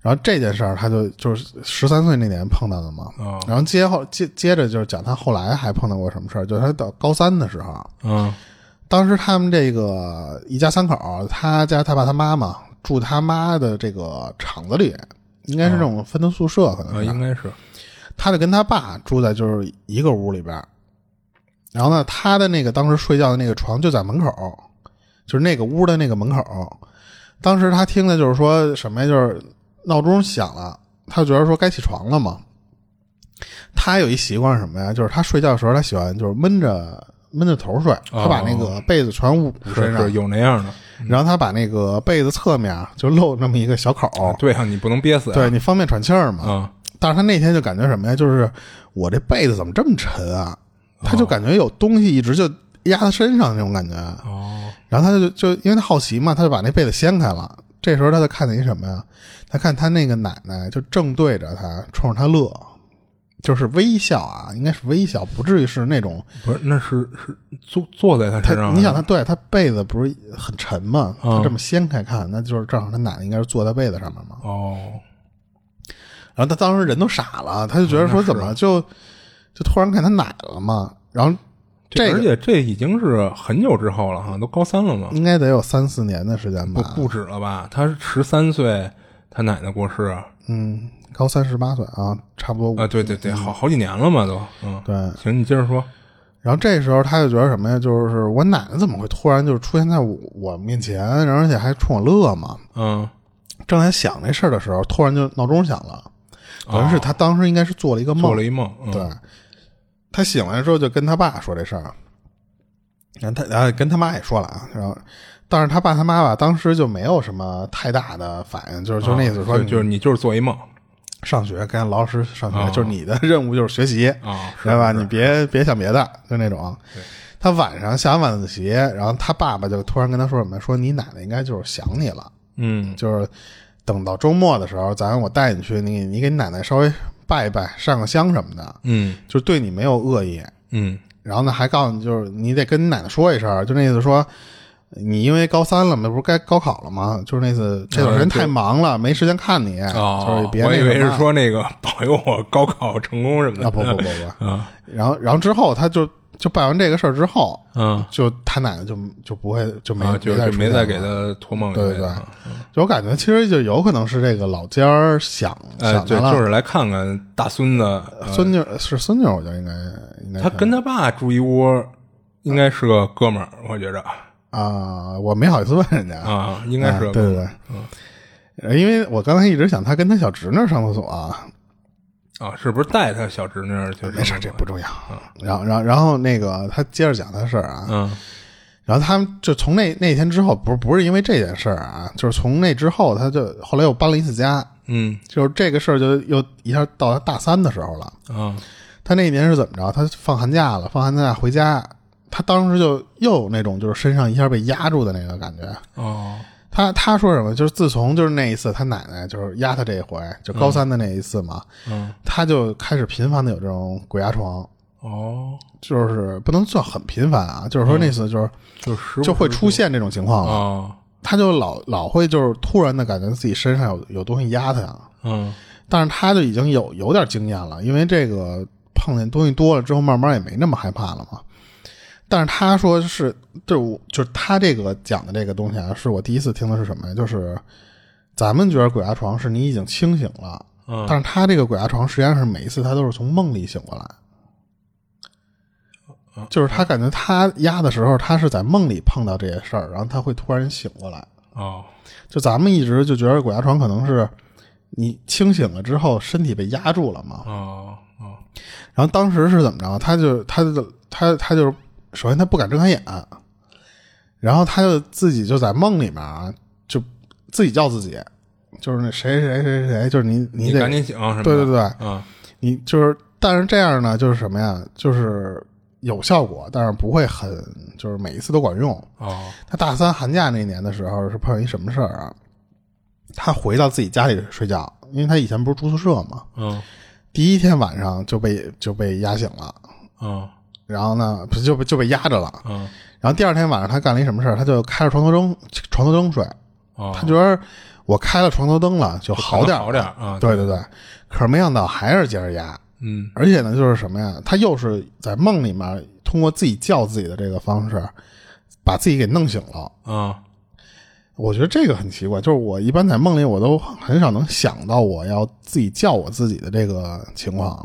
然后这件事儿，他就就是十三岁那年碰到的嘛。哦然后接后接接着就是讲他后来还碰到过什么事儿，就是他到高三的时候，嗯当时他们这个一家三口，他家他爸他妈嘛，住他妈的这个厂子里，应该是那种分的宿舍，可啊，能是。应该是他就跟他爸住在就是一个屋里边儿，然后呢，他的那个当时睡觉的那个床就在门口，就是那个屋的那个门口。当时他听的就是说什么呀？就是闹钟响了，他就觉得说该起床了嘛。他有一习惯是什么呀？就是他睡觉的时候，他喜欢就是闷着闷着头睡，他把那个被子全捂捂身哦是上，是有那样的。然后他把那个被子侧面就露那么一个小口儿，对啊，你不能憋死呀。对你方便喘气儿嘛。啊但是他那天就感觉什么呀？就是我这被子怎么这么沉啊？他就感觉有东西一直就压他身上那种感觉。啊哦然后他就就因为他好奇嘛，他就把那被子掀开了。这时候他就看见一什么呀？他看他那个奶奶就正对着他，冲着他乐，就是微笑啊，应该是微笑，不至于是那种不是，那是是坐坐在他他。身上。啊你想他对他被子不是很沉嘛？嗯他这么掀开看，那就是正好他奶奶应该是坐在被子上面嘛。哦然后他当时人都傻了，他就觉得说怎么就、就突然看他奶了嘛？然后这而个且这已经是很久之后了哈，都高三了嘛，应该得有三四年的时间嗯不吧？不止了吧？他十三岁，他奶奶过世啊，嗯，高三十八岁啊，差不多五、啊对对对，好好几年了嘛都。嗯，对。行，你接着说。然后这时候他就觉得什么呀？就是我奶奶怎么会突然就出现在我我面前，然后而且还冲我乐嘛？嗯正在想这事儿的时候，突然就闹钟响了，好像是他当时应该是做了一个梦做了，一梦，嗯、对，他醒来之后就跟他爸说这事儿，然后他然后跟他妈也说了啊，然后但是他爸他妈吧，当时就没有什么太大的反应，就是就那意思说，嗯对就是你就是做一梦上学跟老师上学，啊就是你的任务就是学习，啊，知道吧？是你别别想别的，就那种。他晚上下完晚自习，然后他爸爸就突然跟他说什么，说你奶奶应该就是想你了，嗯就是等到周末的时候，咱我带你去，你你给你奶奶稍微拜一拜，上个香什么的，嗯就是对你没有恶意。嗯然后呢，还告诉你，就是你得跟你奶奶说一声，就那意思说，你因为高三了嘛，不是该高考了吗？就是那次这段时间太忙了，没时间看你，哎就是哦，别我那以什为么是说那个 保佑我高考成功什么的啊，不不不不。 啊然后然后之后，他就就办完这个事儿之后，嗯就他奶奶就就不会就没、啊，就没就没再出给现了。他托梦一对回对对啊就我感觉其实就有可能是这个老家儿想、呃，想对，的了，就是来看看大孙子。呃孙女是孙女，我觉得应该应该他跟他爸住一屋，嗯应该是个哥们儿，我觉着啊、我没好意思问人家，啊，应该是啊个对哥对们儿对，呃因为我刚才一直想他跟他小侄女上厕所啊，啊，是不是带他小侄女儿去？没事，这不重要。然后，然后，然后那个他接着讲他的事儿啊，嗯然后他们就从那那天之后，不是不是因为这件事儿啊，就是从那之后，他就后来又搬了一次家，嗯就是这个事儿就又一下到他大三的时候了。啊他那一年是怎么着？他放寒假了，放寒假回家，他当时就又有那种就是身上一下被压住的那个感觉。哦他他说什么？就是自从就是那一次他奶奶就是压他这一回，就高三的那一次嘛，嗯他就开始频繁的有这种鬼压床，哦，就是不能算很频繁啊，就是说那次就是、就十五就会出现这种情况了。啊他就老老会就是突然的感觉自己身上有有东西压他啊呀，嗯但是他就已经有有点经验了，因为这个碰见东西多了之后，慢慢也没那么害怕了嘛。但是他说是，就我就是他这个讲的这个东西啊，是我第一次听的是什么呀？就是咱们觉得鬼压床是你已经清醒了，嗯，但是他这个鬼压床实际上是每一次他都是从梦里醒过来，就是他感觉他压的时候，他是在梦里碰到这些事儿，然后他会突然醒过来。哦就咱们一直就觉得鬼压床可能是你清醒了之后身体被压住了嘛，哦哦然后当时是怎么着？他就他就他他就是首先他不敢睁开眼，然后他就自己就在梦里面啊，就自己叫自己，就是那谁谁谁谁谁，就是你你得赶紧醒什么的。对对对，啊，你就是，但是这样呢，就是什么呀？就是有效果，但是不会很，就是每一次都管用。哦，他大三寒假那年的时候是碰上一什么事儿啊？他回到自己家里睡觉，因为他以前不是住宿舍嘛，嗯第一天晚上就被就被压醒了，嗯然后呢，不是就被就被压着了。嗯，然后第二天晚上他干了一什么事儿？他就开着床头灯，床头灯睡。哦，他觉得我开了床头灯了就好点儿好了，点儿啊。对对对。可是没想到还是接着压，嗯而且呢，就是什么呀？他又是在梦里面通过自己叫自己的这个方式，把自己给弄醒了。啊我觉得这个很奇怪，就是我一般在梦里我都很少能想到我要自己叫我自己的这个情况。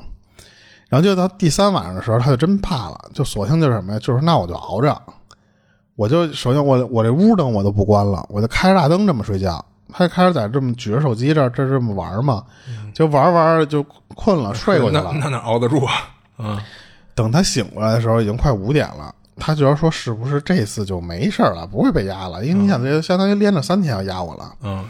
然后就到第三晚上的时候，他就真怕了，就索性就是什么呀？就是那我就熬着，我就首先我我这屋灯我都不关了，我就开着大灯这么睡觉。他就开始在这么举着手机这儿这这么玩嘛，就玩玩就困了，睡过去那了。那哪熬得住啊？嗯等他醒过来的时候，已经快五点了。他觉得说，是不是这次就没事儿了，不会被压了？因为你想，这就相当于连着三天要压我了嗯，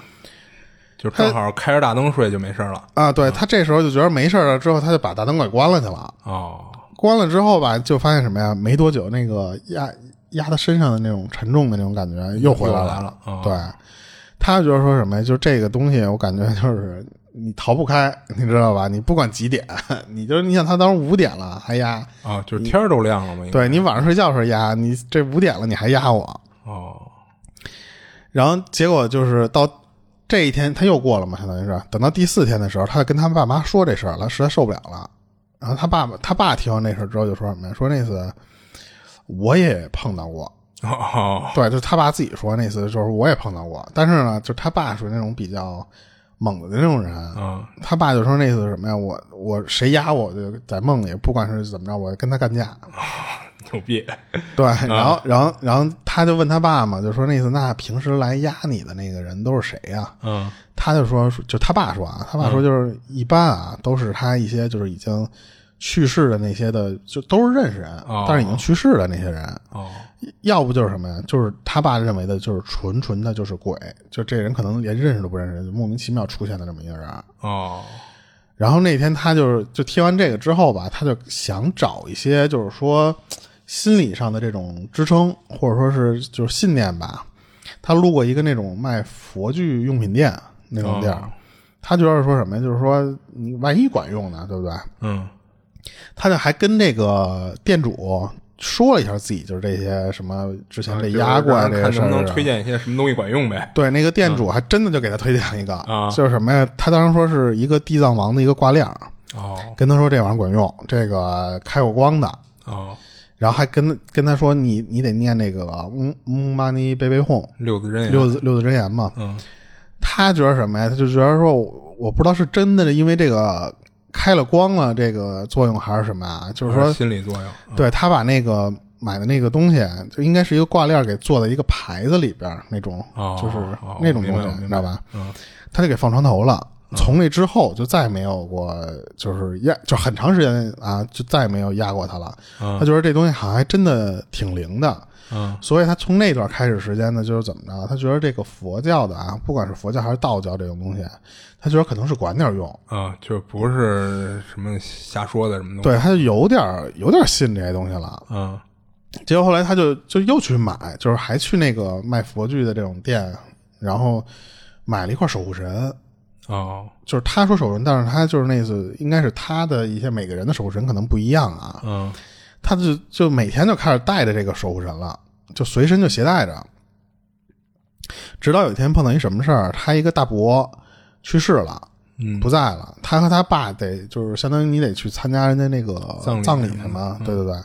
就正好开着大灯睡就没事儿了。啊！对他这时候就觉得没事儿了，之后他就把大灯给关了去了。哦，关了之后吧，就发现什么呀？没多久，那个压压他身上的那种沉重的那种感觉又回来又来了哦对，他就觉得说什么呀？就这个东西，我感觉就是你逃不开，你知道吧？你不管几点，你就是你想他当时五点了还压，啊，就是天儿都亮了嘛。应该对你晚上睡觉时候压，你这五点了你还压我，哦，然后结果就是到这一天他又过了嘛，相当于是等到第四天的时候，他就跟他爸妈说这事儿了，实在受不了了。然后他爸爸他爸听完那事儿之后就说什么呀？说那次我也碰到过，哦，对，就是他爸自己说那次就是我也碰到过，但是呢，就是他爸属于那种比较猛的那种人，嗯，他爸就说那次是什么呀？我我谁压我我就在梦里，不管是怎么着，我跟他干架。牛 逼，对，然后然后然后他就问他爸嘛，就说那次那平时来压你的那个人都是谁啊呀、嗯他就说，就他爸说啊，他爸说就是一般啊，都是他一些就是已经去世的那些的，就都是认识人，哦但是已经去世的那些人，哦要不就是什么呀，就是他爸认为的，就是纯纯的就是鬼，就这人可能连认识都不认识，就莫名其妙出现的这么一个人。啊哦，然后那天他就是就听完这个之后吧，他就想找一些就是说心理上的这种支撑，或者说是就是信念吧。他路过一个那种卖佛具用品店那种店儿，哦他觉得说什么呀？就是说你万一管用呢，对不对？嗯他就还跟这个店主说了一下自己就是这些什么之前被压过呀就是这啊让些事人看儿能不啊能。推荐一些什么东西管用呗？对，那个店主还真的就给他推荐了一个，啊就是什么呀？他当时说是一个地藏王的一个挂链儿，哦跟他说这玩意儿管用，这个开过光的，哦，然后还跟跟他说你你得念那个嗯嗯玛尼贝贝哄六字真言，六字六字真言嘛。嗯他觉得什么呀？他就觉得说我我不知道是真的，因为这个开了光了这个作用还是什么啊？就是说，心理作用，嗯对他把那个买的那个东西，就应该是一个挂链给做在一个牌子里边儿那种，哦就是哦那种明白东西，明白你知道吧？嗯他就给放床头了。从那之后就再也没有过，就是压，就很长时间啊，就再也没有压过他了。他嗯觉得这东西好像还真的挺灵的，嗯所以他从那段开始时间呢，就是怎么着，他觉得这个佛教的啊，不管是佛教还是道教这种东西，他觉得可能是管点用，啊，就不是什么瞎说的什么东西，对，他就有点儿有点儿信这些东西了。嗯结果后来他就就又去买，就是还去那个卖佛具的这种店，然后买了一块守护神，哦就是他说守护神，但是他就是那次应该是他的一些每个人的守护神可能不一样啊，嗯他就就每天就开始带着这个守护神了，就随身就携带着。直到有一天碰到一什么事儿，他一个大伯去世了，嗯不在了，他和他爸得就是相当于你得去参加人家那个葬礼嗯葬礼什么，对对对，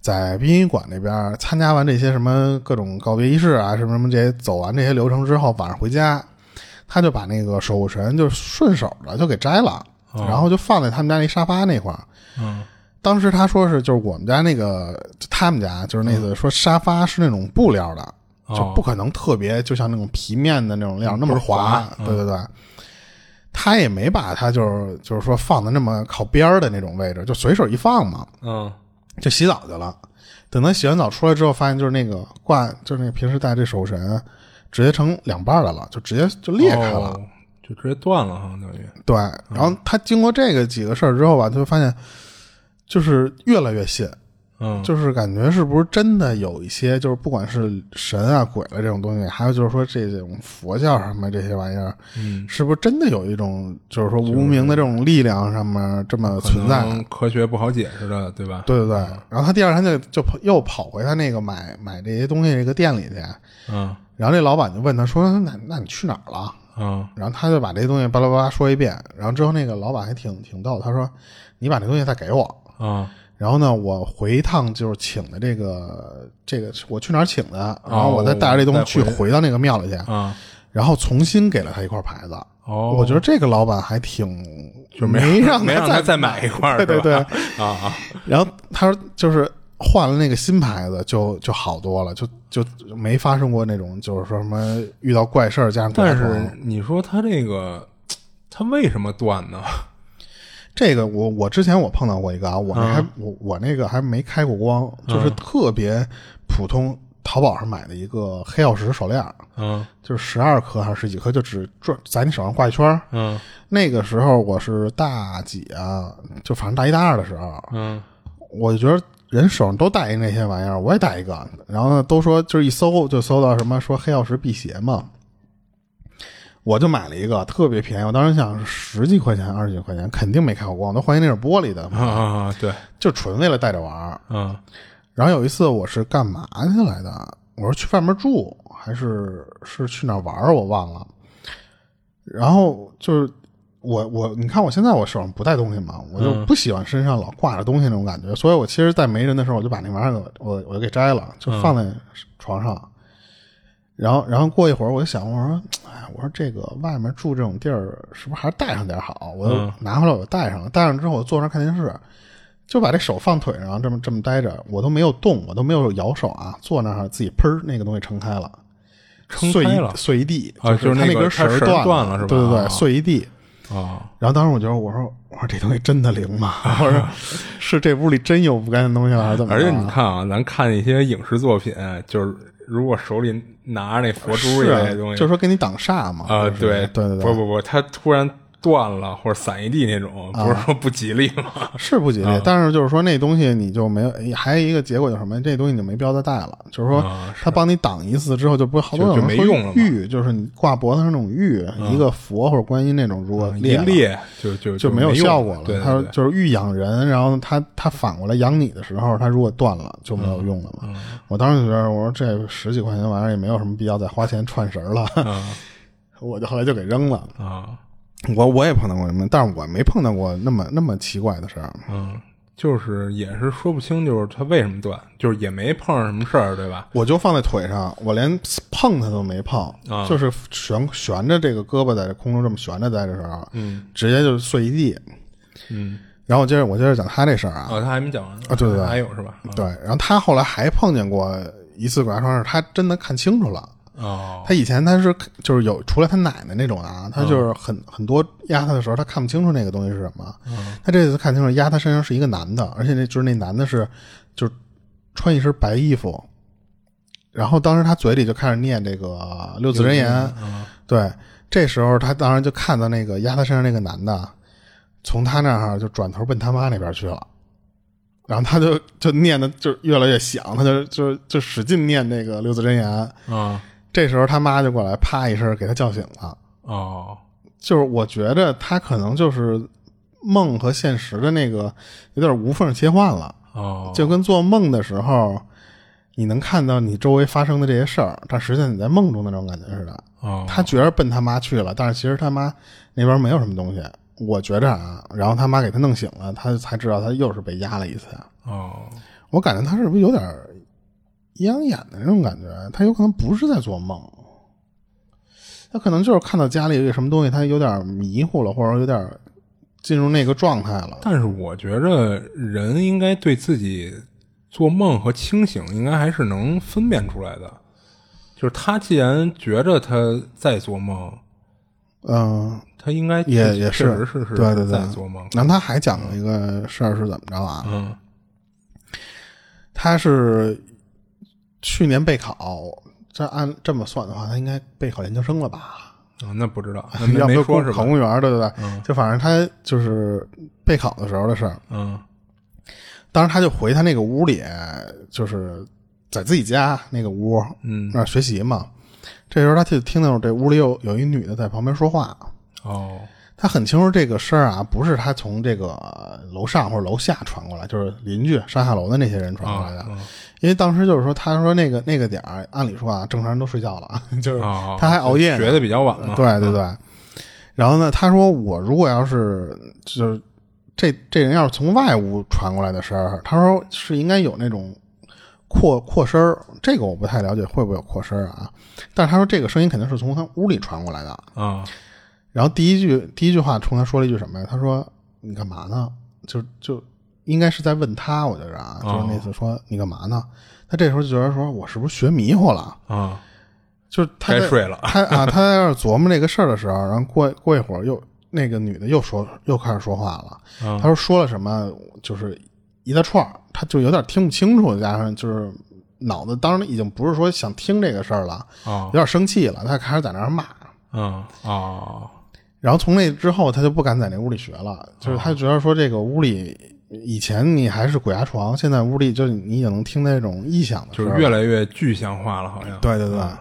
在殡仪馆那边参加完这些什么各种告别仪式啊，什么什么这些走完这些流程之后，晚上回家，他就把那个守护神就顺手的就给摘了，哦然后就放在他们家那沙发那块儿。嗯当时他说是就是我们家那个就他们家就是嗯那个说沙发是那种布料的，哦就不可能特别就像那种皮面的那种料那么滑，不是滑嗯对对对。他也没把它就是就是说放的那么靠边儿的那种位置，就随手一放嘛。嗯就洗澡去了。等他洗完澡出来之后，发现就是那个挂，就是那个平时戴这手绳，直接成两半儿来了，就直接就裂开了。哦就直接断了，好像等于对，然后他经过这个几个事儿之后吧，他就发现就是越来越信，嗯，就是感觉是不是真的有一些，就是不管是神啊、鬼了、这种东西，还有就是说这种佛教什么这些玩意儿，嗯，是不是真的有一种就是说无名的这种力量上面这么存在可的？能科学不好解释的，对吧？对对对，然后他第二天就就跑又跑回他那个买买这些东西这个店里去，嗯然后那老板就问他说：“那那你去哪儿了？”嗯然后他就把这东西巴拉巴拉说一遍，然后之后那个老板还挺挺逗，他说：“你把这东西再给我。嗯”然后呢，我回一趟就是请的这个这个我去哪儿请的，哦然后我再带着这东西去再回回到那个庙里去，嗯，然后重新给了他一块牌子。哦，我觉得这个老板还挺就没让没让再再买一块儿，对对对是。吧 啊 啊，然后他说就是换了那个新牌子就就好多了，就就没发生过那种就是说什么遇到怪事儿加上鬼但魂是你说他这个，他为什么断呢？这个我我之前我碰到过一个啊，我那嗯还、我我那个还没开过光，就是特别普通，淘宝上买的一个黑曜石手链儿，嗯就是十二颗还是十几颗，就只转在你手上挂一圈儿。嗯那个时候我是大几啊，就反正大一大二的时候，嗯我就觉得人手上都带一那些玩意儿，我也带一个。然后呢，都说就是一搜就搜到什么说黑曜石辟邪嘛，我就买了一个，特别便宜。我当时想十几块钱、二十几块钱，肯定没开过光，都怀疑那是玻璃的啊，啊啊，对，就纯为了带着玩儿。嗯然后有一次我是干嘛去来的？我是去外面住还是是去哪儿玩儿？我忘了。然后就是我我你看我现在我手上不带东西嘛，我就不喜欢身上老挂着东西那种感觉，所以我其实，在没人的时候，我就把那玩意儿给我我就给摘了，就放在床上。然后，然后过一会儿，我就想，我说，哎，我说这个外面住这种地儿，是不是还是带上点好？我就嗯拿回来，我就带上了。带上之后，我坐那儿看电视，就把这手放腿上，这么这么待着，我都没有动，我都没有摇手啊，坐那儿自己喷儿，那个东西撑开了，撑碎开一了碎一地啊就是就是它那个根它儿绳儿断断了是吧对对对，啊碎一地。啊，然后当时我觉得，我说我说这东西真的灵 吗？我说是这屋里真有不干净的东西了，还是怎么而着啊？且你看啊，咱看一些影视作品，就是如果手里拿着那佛珠一类的是啊东西，就是说给你挡煞嘛。啊，就是对对对对，不不不，他突然断了或者散一地那种，啊不是说不吉利吗？是不吉利，啊但是就是说那东西你就没有，还有一个结果就是什么？这东西你就没必要再带了。就是说啊，它帮你挡一次之后，就不好多就有人就没说用了嘛啊玉，就是你挂脖子上那种玉，一个佛或者观音那种，如果一 裂了裂就就就没有用效果了。对，对它对就是欲养人，然后它它反过来养你的时候，它如果断了就没有嗯用了嘛。我当时就觉得，我说这十几块钱玩意儿也没有什么必要再花钱串绳了，嗯 我就后来就给扔了。啊，我我也碰到过什么，但是我没碰到过那么那么奇怪的事儿。嗯，就是也是说不清，就是他为什么断，就是也没碰上什么事儿，对吧？我就放在腿上，我连碰它都没碰，啊就是悬悬着这个胳膊在这空中这么悬着在这时候，嗯直接就碎一地。嗯，然后我接着我接着讲他这事儿啊，哦，他还没讲完啊对对对还有是吧？啊对，然后他后来还碰见过一次鬼压床，是他真的看清楚了。哦，他以前他是就是有除了他奶奶那种啊，他就是很、很多压他的时候，他看不清楚那个东西是什么。他这次看清楚压他身上是一个男的，而且那就是那男的是就是穿一身白衣服，然后当时他嘴里就开始念这个呃六字真言。嗯对，这时候他当然就看到那个压他身上那个男的，从他那儿就转头奔他妈那边去了。然后他就就念的就越来越响，他就就就使劲念那个六字真言，啊这时候他妈就过来，啪一声给他叫醒了。哦，就是我觉着他可能就是梦和现实的那个有点无缝切换了，哦，就跟做梦的时候你能看到你周围发生的这些事儿，但实际上你在梦中的那种感觉似的。哦，他觉着奔他妈去了，但是其实他妈那边没有什么东西。我觉着啊，然后他妈给他弄醒了，他才知道他又是被压了一次。哦，我感觉他是不是有点阴阳眼的那种感觉？他有可能不是在做梦，他可能就是看到家里有一个什么东西，他有点迷糊了，或者有点进入那个状态了。但是我觉着人应该对自己做梦和清醒应该还是能分辨出来的。就是他既然觉着他在做梦，嗯，他应该也也确实是是是对对对在做梦。然后他还讲了一个事儿是怎么着啊？嗯他是去年备考，这按这么算的话，他应该备考研究生了吧？啊，那不知道，那要 没不就说是嗯考吧？公务员，对不对？就反正他就是备考的时候的事儿。嗯当时他就回他那个屋里，就是在自己家那个屋嗯那儿学习嘛。这时候他就听到这屋里有有一女的在旁边说话，哦他很清楚这个声儿啊，不是他从这个呃楼上或者楼下传过来，就是邻居上下楼的那些人传过啊来的。因为当时就是说，他说那个那个点儿，按理说啊，正常人都睡觉了， 就是啊，他还熬夜呢学的比较晚嘛，对对对。然后呢，他说我如果要是就是这这人要是从外屋传过来的声儿，他说是应该有那种扩扩声儿，这个我不太了解会不会有扩声儿啊。但是他说这个声音肯定是从他屋里传过来的。啊然后第一句第一句话冲他说了一句什么呀？他说你干嘛呢？就就应该是在问他，我觉着啊，就是哦那次说你干嘛呢？他这时候就觉得说我是不是学迷糊了？啊，就是他该在睡了他啊，他在那儿琢磨这个事儿的时候，然后过过一会儿又那个女的又说又开始说话了。嗯她说说了什么，就是一大串儿，他就有点听不清楚，加上就是脑子当时已经不是说想听这个事儿了，啊有点生气了，他开始在那儿骂。嗯啊然后从那之后，他就不敢在那屋里学了，就是嗯他觉得说这个屋里。以前你还是鬼压床，现在屋里就是你已经能听那种异响的声就儿了，是越来越具象化了，好像对对对。嗯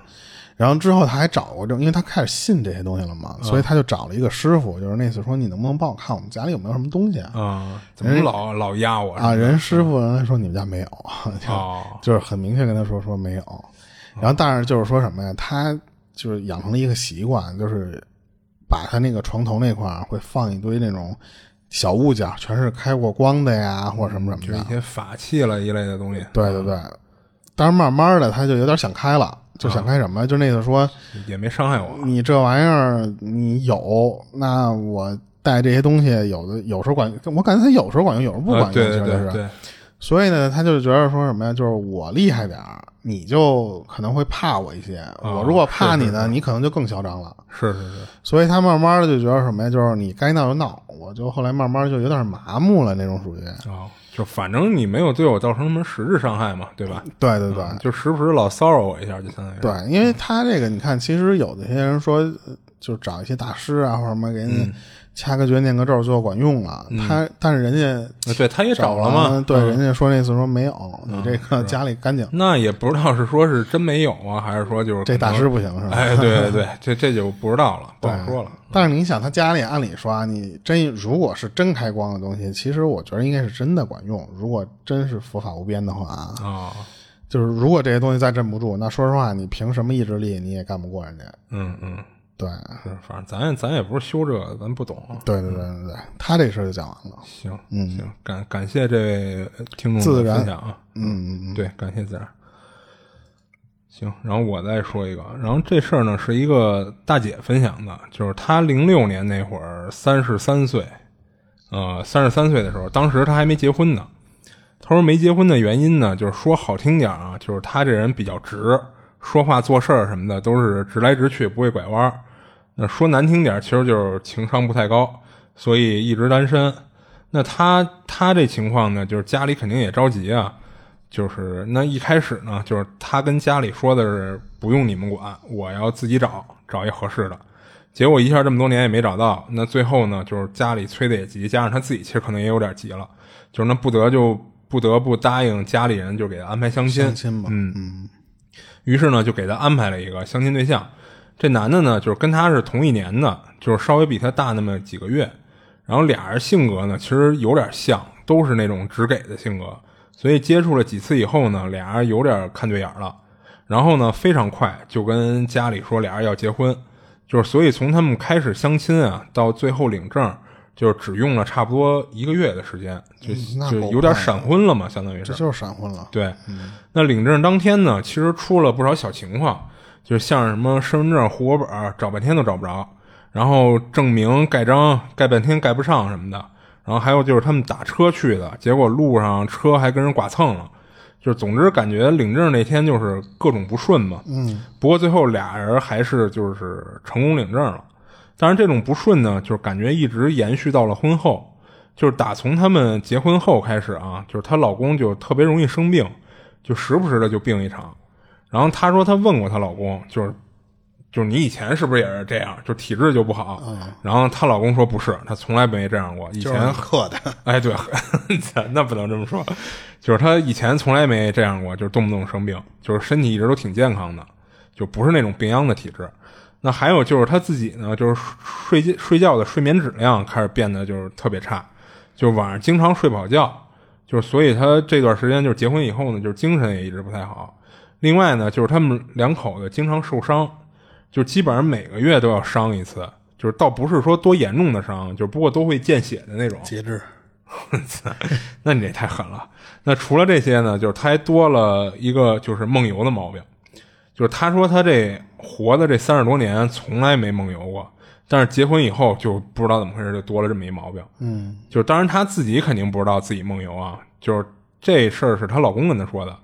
然后之后他还找过这种，因为他开始信这些东西了嘛，所以他就找了一个师傅，就是那次说你能不能帮我看我们家里有没有什么东西啊？啊，怎么老老压我啊，人师傅人家说你们家没有， 啊就是很明确跟他说说没有。然后但是就是说什么呀，他就是养成了一个习惯，就是把他那个床头那块儿会放一堆那种小物件，全是开过光的呀，或者什么什就么是的一。些法器了一类的东西，啊对对对。但是慢慢的他就有点想开了，就想开什么呀？就那次说。也没伤害我你这玩意儿你有，那我带这些东西，有的有时候管用，我感觉他有时候管用，有时候不管啊，用，对其对实就是对对，所以呢，他就觉得说什么呀，就是我厉害点儿，你就可能会怕我一些。啊我如果怕你呢，你可能就更嚣张了。是是是，所以他慢慢的就觉得什么呀，就是你该闹就闹，我就后来慢慢就有点麻木了那种属于。啊，就反正你没有对我造成什么实质伤害嘛，对吧？对对对，就时不时老骚扰我一下，就相当于啊是对，因为他这个你看，其实有的些人说，呃就找一些大师啊或者什么给嗯人家掐个诀念个咒最后管用了，他但是人家啊对，他也嗯找了了嘛，对，嗯人家说那次说没有，你这个家里干净，那也不知道是说是真没有啊，还是说就是这可能大师不行是吧？哎，对对对，这这就不知道了，不好说了。但是你想，他家里按理说啊，你真如果是真开光的东西，其实我觉得应该是真的管用。如果真是佛法无边的话啊，啊，就是如果这些东西再镇不住，那说实话，你凭什么意志力你也干不过人家？嗯嗯，对，是，反正咱也咱也不是修这个，咱不懂啊。对对对对对，他这事儿就讲完了。行，行，感感谢这位听嗯自众的然分享啊，嗯嗯嗯，对，感谢自然。行，然后我再说一个，然后这事儿呢是一个大姐分享的，就是她零六年那会儿三十三岁，呃，三十三岁的时候，当时她还没结婚呢。她说没结婚的原因呢，就是说好听点儿啊，就是她这人比较直，说话做事儿什么的都是直来直去，不会拐弯儿。那说难听点儿，其实就是情商不太高，所以一直单身。那她她这情况呢，就是家里肯定也着急啊，就是那一开始呢，就是他跟家里说的是不用你们管，我要自己找找一合适的。结果一下这么多年也没找到，那最后呢，就是家里催的也急，加上他自己其实可能也有点急了，就是那不得就不得不答应家里人，就给他安排相亲。相亲吧，嗯嗯，于是呢，就给他安排了一个相亲对象。这男的呢，就是跟他是同一年的，就是稍微比他大那么几个月。然后俩人性格呢，其实有点像，都是那种直给的性格。所以接触了几次以后呢，俩人有点看对眼了。然后呢，非常快就跟家里说俩人要结婚。就是所以从他们开始相亲啊，到最后领证，就是只用了差不多一个月的时间，就嗯那就够有点快闪婚了嘛，相当于是这。就是闪婚了。对，那领证当天呢，其实出了不少小情况，就是像什么身份证、户口本儿找半天都找不着，然后证明盖章盖半天盖不上什么的，然后还有就是他们打车去的，结果路上车还跟人剐蹭了，就是总之感觉领证那天就是各种不顺嘛。嗯，不过最后俩人还是就是成功领证了，但是这种不顺呢，就是感觉一直延续到了婚后。就是打从他们结婚后开始啊，就是她老公就特别容易生病，就时不时的就病一场。然后她说她问过她老公，就是就是你以前是不是也是这样，就体质就不好？然后她老公说不是，她从来没这样过，以嗯就前是刻的， 哎，对，咱那不能这么说，就是他以前从来没这样过，就是动不动生病，就是身体一直都挺健康的，就不是那种病秧的体质。那还有就是他自己呢，就是睡觉睡觉的睡眠质量开始变得就是特别差，就是晚上经常睡不好觉，就是所以他这段时间就是结婚以后呢，就是精神也一直不太好。另外呢，就是他们两口子经常受伤，就基本上每个月都要伤一次，就是倒不是说多严重的伤，就是不过都会见血的那种。节制， 那你这太狠了。那除了这些呢，就是他还多了一个就是梦游的毛病，就是他说他这活的这三十多年从来没梦游过，但是结婚以后就不知道怎么回事就多了这么一毛病。嗯，就是当然她自己肯定不知道自己梦游啊，就是这事儿是她老公跟她说的。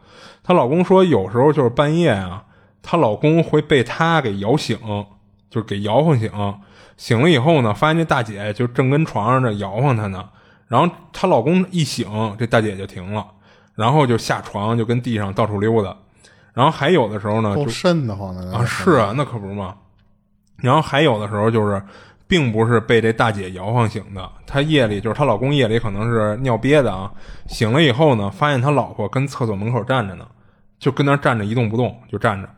她老公说有时候就是半夜啊，她老公会被她给摇醒，就是给摇晃醒。醒了以后呢，发现这大姐就正跟床上这摇晃她呢。然后她老公一醒，这大姐就停了，然后就下床就跟地上到处溜达。然后还有的时候啊呢，就够瘆得慌的啊，是啊，那可不是嘛。然后还有的时候就是，并不是被这大姐摇晃醒的，她夜里就是她老公夜里可能是尿憋的啊，醒了以后呢，发现他老婆跟厕所门口站着呢，就跟那儿站着一动不动，就站着。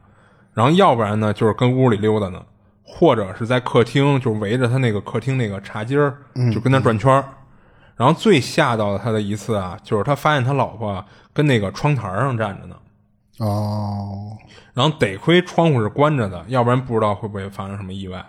然后要不然呢，就是跟屋里溜达呢，或者是在客厅，就围着他那个客厅那个茶几儿，就跟那儿转圈儿。然后最吓到他的一次啊，就是他发现他老婆跟那个窗台儿上站着呢，哦，然后得亏窗户是关着的，要不然不知道会不会发生什么意外。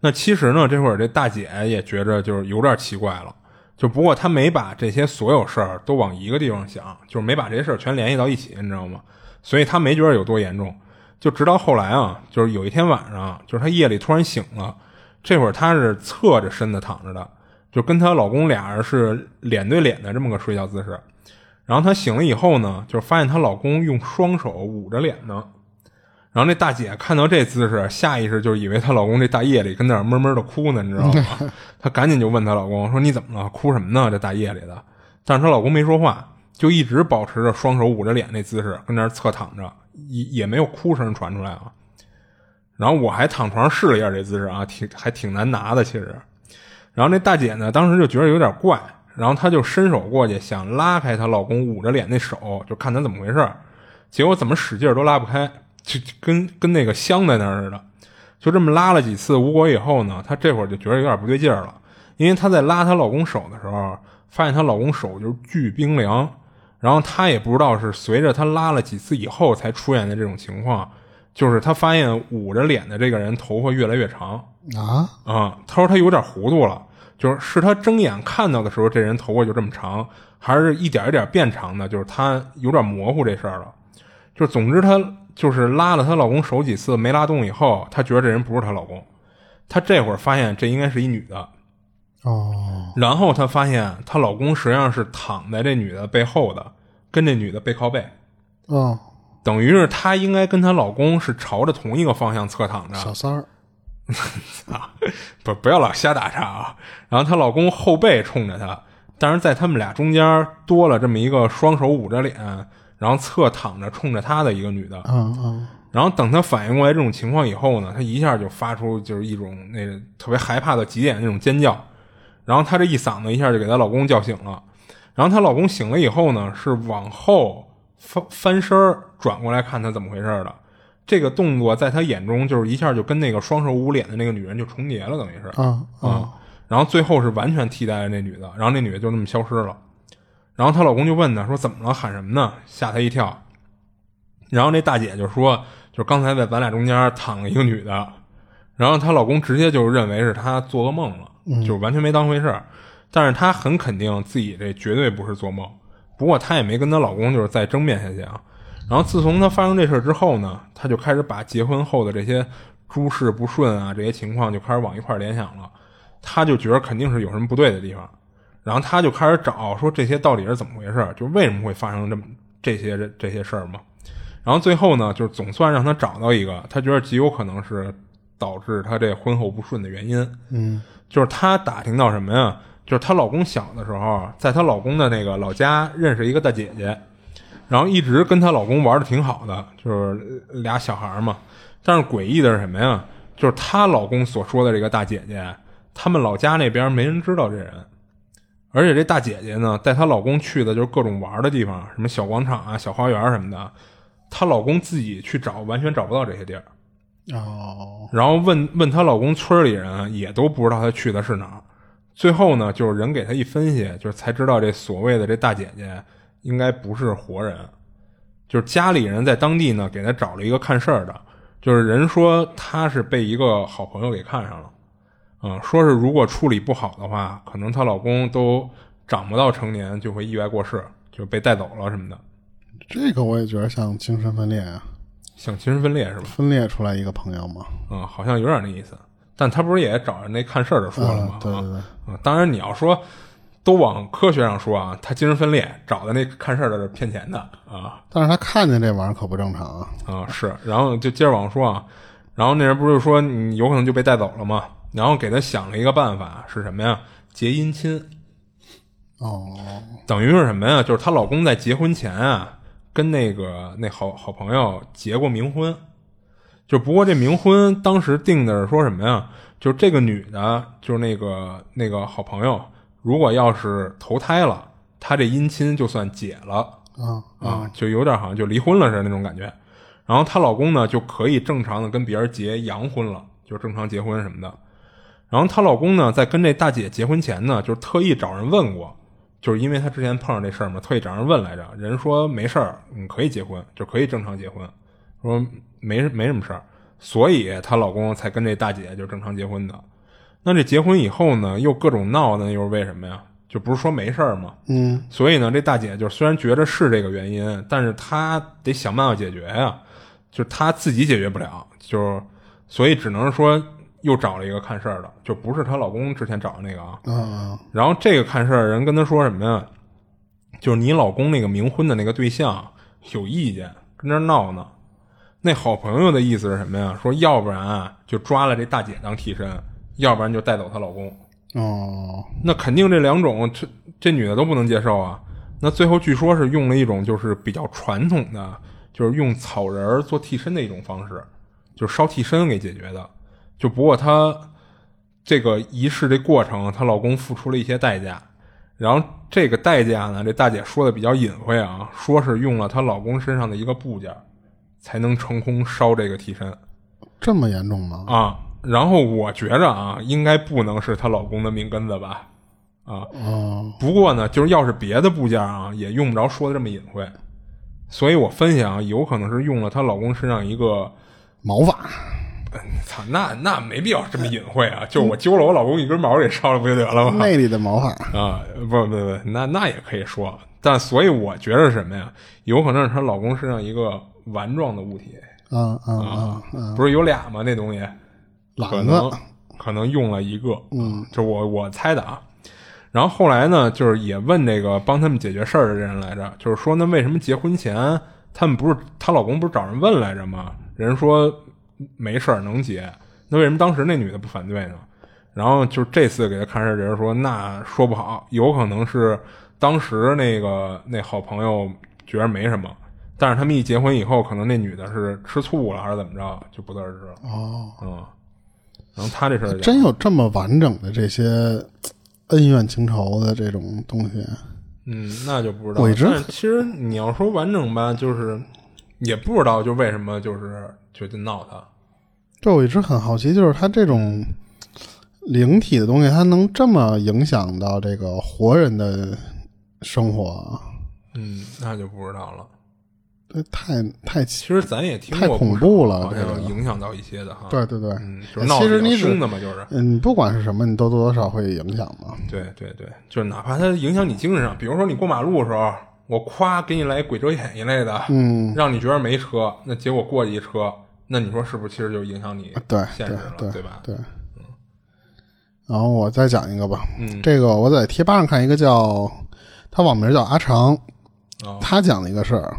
那其实呢，这会儿这大姐也觉着就是有点奇怪了，就不过她没把这些所有事儿都往一个地方想，就是没把这些事儿全联系到一起，你知道吗？所以她没觉得有多严重。就直到后来啊，就是有一天晚上啊，就是她夜里突然醒了，这会儿她是侧着身子躺着的，就跟她老公俩人是脸对脸的这么个睡觉姿势。然后她醒了以后呢，就发现她老公用双手捂着脸呢，然后那大姐看到这姿势，下意识就以为她老公这大夜里跟那儿闷闷的哭呢，你知道吗？她赶紧就问她老公说：“你怎么了？哭什么呢？这大夜里的。”但是她老公没说话，就一直保持着双手捂着脸那姿势，跟那儿侧躺着，也也没有哭声传出来啊。然后我还躺床上试了一下这姿势啊，挺还挺难拿的，其实。然后那大姐呢，当时就觉得有点怪，然后她就伸手过去想拉开她老公捂着脸那手，就看她怎么回事儿。结果怎么使劲儿都拉不开，就就跟跟那个镶在那儿似的。就这么拉了几次无果以后呢，她这会儿就觉得有点不对劲儿了，因为她在拉她老公手的时候，发现她老公手就是巨冰凉，然后她也不知道是随着她拉了几次以后才出现的这种情况，就是她发现捂着脸的这个人头发越来越长，啊，啊，他说他有点糊涂了，就是是他睁眼看到的时候，这人头发就这么长，还是一点一点变长的，就是他有点模糊这事儿了。就是总之，她就是拉了她老公手几次没拉动以后，她觉得这人不是她老公，她这会儿发现这应该是一女的，哦，然后她发现她老公实际上是躺在这女的背后的，跟这女的背靠背。哦，等于是她应该跟她老公是朝着同一个方向侧躺着，小三儿， 啊，不不要老瞎打岔啊。然后她老公后背冲着她，但是在他们俩中间多了这么一个双手捂着脸，然后侧躺着冲着她的一个女的。嗯嗯，然后等她反应过来这种情况以后呢，她一下就发出就是一种那特别害怕的极点那种尖叫。然后她这一嗓子一下就给她老公叫醒了。然后她老公醒了以后呢，是往后翻翻身儿转过来看她怎么回事儿的。这个动作在她眼中就是一下就跟那个双手捂脸的那个女人就重叠了，等于是。啊啊，然后最后是完全替代了那女的，然后那女的就那么消失了。然后她老公就问她说：“怎么了？喊什么呢？”吓她一跳。然后那大姐就说：“就是刚才在咱俩中间躺了一个女的。”然后她老公直接就认为是她做噩梦了，就完全没当回事儿。但是她很肯定自己这绝对不是做梦。不过她也没跟她老公就是再争辩下去啊。然后自从她发生这事儿之后呢，她就开始把结婚后的这些诸事不顺啊这些情况就开始往一块儿联想了。她就觉得肯定是有什么不对的地方，然后她就开始找说这些到底是怎么回事儿，就为什么会发生这么这些这这些事儿嘛。然后最后呢，就是总算让她找到一个，她觉得极有可能是导致她这婚后不顺的原因。嗯，就是她打听到什么呀？就是她老公小的时候，在她老公的那个老家认识一个大姐姐，然后一直跟她老公玩的挺好的，就是俩小孩嘛。但是诡异的是什么呀？就是她老公所说的这个大姐姐，他们老家那边没人知道这人，而且这大姐姐呢，带她老公去的就是各种玩的地方，什么小广场啊、小花园什么的，她老公自己去找，完全找不到这些地儿。啊哦，然后问问她老公村里人也都不知道她去的是哪儿。最后呢，就是人给她一分析，就是才知道这所谓的这大姐姐应该不是活人，就是家里人在当地呢给她找了一个看事儿的，就是人说她是被一个好朋友给看上了，嗯，说是如果处理不好的话，可能她老公都长不到成年就会意外过世，就被带走了什么的，这个我也觉得像精神分裂啊，像精神分裂是吧？分裂出来一个朋友嘛。嗯，好像有点那意思。但他不是也找人那看事儿的说了吗嗯？对对对啊、嗯当然你要说都往科学上说啊，他精神分裂，找的那看事儿的是骗钱的啊但是他看见这玩意儿可不正常啊。啊是。然后就接着往上说啊，然后那人不是说你有可能就被带走了吗？然后给他想了一个办法是什么呀？结姻亲。哦，等于是什么呀？就是她老公在结婚前啊，跟那个那好好朋友结过冥婚，就不过这冥婚当时定的是说什么呀？就是这个女的，就是那个那个好朋友，如果要是投胎了，她这姻亲就算解了啊，啊，就有点好像就离婚了似的那种感觉。然后她老公呢，就可以正常的跟别人结洋婚了，就正常结婚什么的。然后她老公呢，在跟这大姐结婚前呢，就是特意找人问过，就是因为她之前碰上这事儿嘛，特意找人问来着。人说没事儿，你可以结婚，就可以正常结婚，说没没什么事儿，所以她老公才跟这大姐就正常结婚的。那这结婚以后呢，又各种闹呢，又是为什么呀？就不是说没事儿吗？嗯，所以呢，这大姐就虽然觉着是这个原因，但是她得想办法解决呀、就是她自己解决不了，就是所以只能说又找了一个看事儿的，就不是她老公之前找的那个啊。啊啊然后这个看事儿的人跟她说什么呀？就是你老公那个冥婚的那个对象有意见，跟这儿闹呢。那好朋友的意思是什么呀？说要不然啊就抓了这大姐当替身，要不然就带走她老公。哦，那肯定这两种，这这女的都不能接受啊。那最后据说是用了一种就是比较传统的，就是用草人儿做替身的一种方式，就是烧替身给解决的。就不过她这个仪式这过程，她老公付出了一些代价。然后这个代价呢，这大姐说的比较隐晦啊，说是用了她老公身上的一个部件，才能成功烧这个替身这么严重吗？啊。然后我觉着啊，应该不能是她老公的命根子吧，啊，哦，不过呢，就是要是别的部件啊，也用不着说的这么隐晦。所以我分析啊，有可能是用了她老公身上一个，毛发，呃操、那那没必要这么隐晦啊，就是我揪了我老公一根毛给烧了不就得了吗？内里的毛发。啊，不不不，那那也可以说，但所以我觉着什么呀，有可能是她老公身上一个丸状的物体，啊啊啊啊！不是有俩吗？那东西，可懒能子，可能用了一个，嗯，就我我猜的啊。然后后来呢，就是也问这个帮他们解决事儿的人来着，就是说那为什么结婚前他们不是她老公不是找人问来着吗？人说没事儿能结，那为什么当时那女的不反对呢？然后就这次给他看事儿的人说，那说不好，有可能是当时那个那好朋友觉得没什么，但是他们一结婚以后，可能那女的是吃醋了还是怎么着，就不得而知了。哦，嗯，然后他这事儿就真有这么完整的这些嘖恩怨情仇的这种东西。啊嗯，那就不知道。我一直但是其实你要说完整吧，就是也不知道就为什么就是就就闹他。对，我一直很好奇，就是它这种灵体的东西，它能这么影响到这个活人的生活啊，嗯，那就不知道了。这太太奇其实咱也听太过不恐少怖了好这个像影响到一些的哈。对，对对，嗯，就是闹其实得比较你只凶的嘛，就是嗯，不管是什么，你都多多少少会影响嘛。对对对，就是哪怕它影响你精神上，比如说你过马路的时候，我夸给你来鬼遮眼一类的，嗯，让你觉得没车，那结果过去一车，那你说是不是其实就影响你啊对现对实了，对吧？对。然后我再讲一个吧，嗯，这个我在贴吧上看一个叫他网名叫阿长，哦他讲了一个事儿，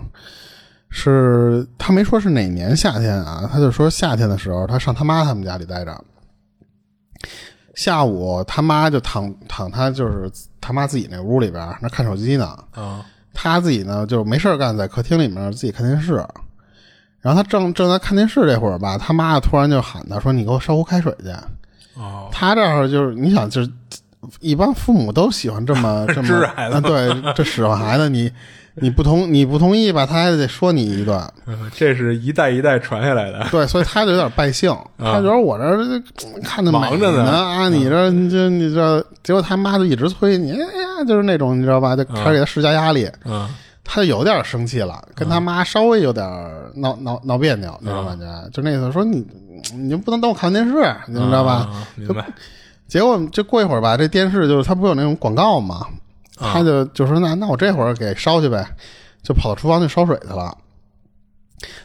是他没说是哪年夏天啊，他就说夏天的时候他上他妈他们家里待着，下午他妈就躺躺他就是他妈自己那屋里边儿那看手机呢，啊他自己呢就是没事儿干，在客厅里面自己看电视。然后他正正在看电视这会儿吧，他妈突然就喊他说：“你给我烧壶开水去。”哦，他这儿就是你想，就是一般父母都喜欢这 么这么支着孩子啊对，这使唤孩子，你你不同你不同意吧，他还得说你一顿，嗯这是一代一代传下来的。对，所以他就有点败 兴，他觉得我这儿这看着美忙着呢嗯啊，你这你这你这，结果他妈就一直催你，哎呀，就是那种你知道吧，就开始给他施加压力，嗯，他就有点生气了，跟他妈稍微有点闹闹闹别扭那种感觉，嗯就那意思说你你就不能等我看电视，你知道吧？嗯？明白。结果就过一会儿吧，这电视就是它不是有那种广告嘛，啊他就就说那那我这会儿给烧去呗，就跑到厨房去烧水去了。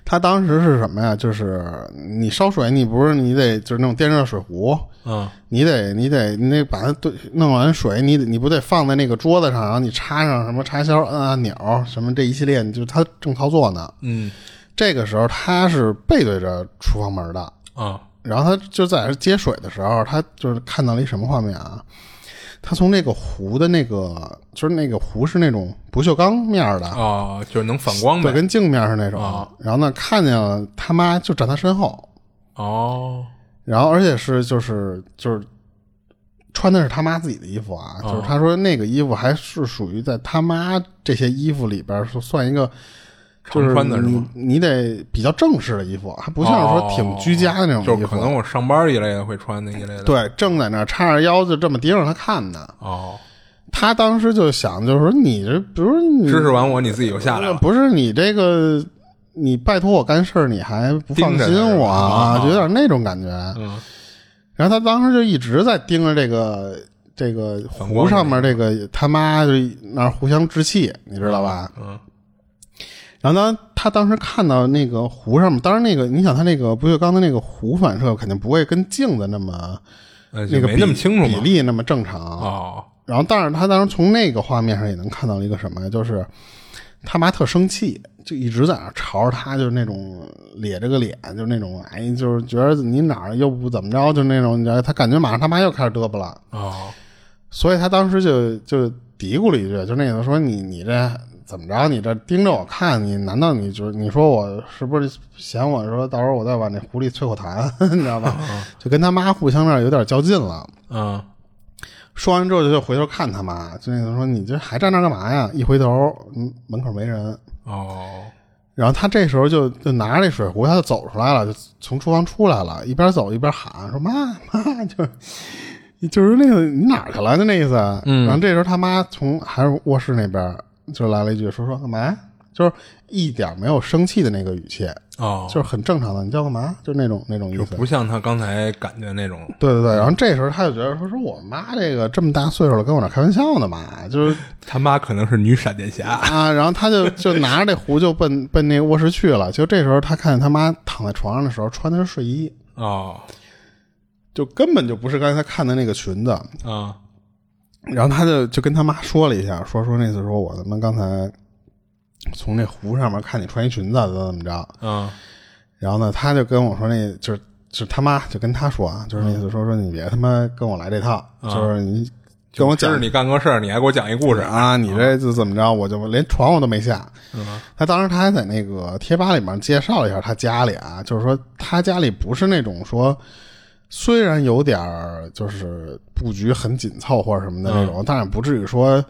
他当时是什么呀？就是你烧水，你不是你得就是那种电热水壶，嗯你得你得你得把它兑弄完水，你得你不得放在那个桌子上，然后你插上什么插销按按钮什么这一系列，你就他正操作呢。嗯这个时候他是背对着厨房门的，啊然后他就在那接水的时候，他就是看到了一什么画面啊？他从那个壶的那个，就是那个壶是那种不锈钢面儿的，哦，就是能反光对，呗。跟镜面是那种。啊然后呢，看见了他妈就站他身后，哦，然后而且是就是就是穿的是他妈自己的衣服啊，哦就是他说那个衣服还是属于在他妈这些衣服里边儿是算一个。就常穿的是你吗？你得比较正式的衣服，还不像是说挺居家的那种衣服。哦啊就是可能我上班一类的会穿那一类的。对，正在那儿叉着腰就这么盯着他看呢。哦，他当时就想，就是说你这不是你支持完我，你自己就下来了。不是你这个，你拜托我干事儿，你还不放盯着心他是吧我啊啊，就有点那种感觉。嗯然后他当时就一直在盯着这个这个反湖光的上面这个他妈就那儿互相置气，你知道吧？嗯然后当他当时看到那个湖上面，当然那个你想他那个不锈钢的那个湖反射肯定不会跟镜子那么呃，那就个没那么比清楚比嘛。例那么正常哦然后，但是他当时从那个画面上也能看到一个什么呀？就是他妈特生气，就一直在那朝着他，就是那种咧着个脸，就是那种哎，就是觉得你哪儿又不怎么着，就那种，你知道，他感觉马上他妈又开始嘚啵了，哦，所以他当时就就嘀咕了一句，就那个说你你这怎么着？你这盯着我看，你难道你就你说我是不是嫌我说到时候我再往那狐狸啐口痰， 你知道吧？啊就跟他妈互相那儿有点较劲了。嗯说完之后就回头看他妈，就那个说你这还站那儿干嘛呀？一回头，嗯，门口没人。哦然后他这时候就就拿着那水壶，他就走出来了，就从厨房出来了，一边走一边喊说妈妈，就是就是那个你哪儿去了就那意思。嗯然后这时候他妈从还是卧室那边就来了一句说说干嘛呀？就是一点没有生气的那个语气，哦，就是很正常的，你叫干嘛？就那种那种意就思。不嗯像他刚才感觉那种对对对，然后这时候他就觉得说说我妈这个这么大岁数了，跟我这儿开玩笑呢嘛，就是他妈可能是女闪电侠。啊，然后他就就拿着这壶就奔奔那卧室去了。就这时候，他看见他妈躺在床上的时候穿的是睡衣，哦就根本就不是刚才他看的那个裙子。啊然后他就就跟他妈说了一下，说说那次说我他妈刚才从那壶上面看你穿一裙子，怎么怎么着。嗯然后呢，他就跟我说那就是。就是他妈就跟他说啊，就是那意思说说你别他妈跟我来这套，就是你跟我今讲儿你干个事儿，你还给我讲一故事。啊，你这就怎么着，我就连床我都没下。嗯他当时他还在那个贴吧里面介绍了一下他家里啊，就是说他家里不是那种说，虽然有点儿就是布局很紧凑或者什么的那嗯种，但是不至于说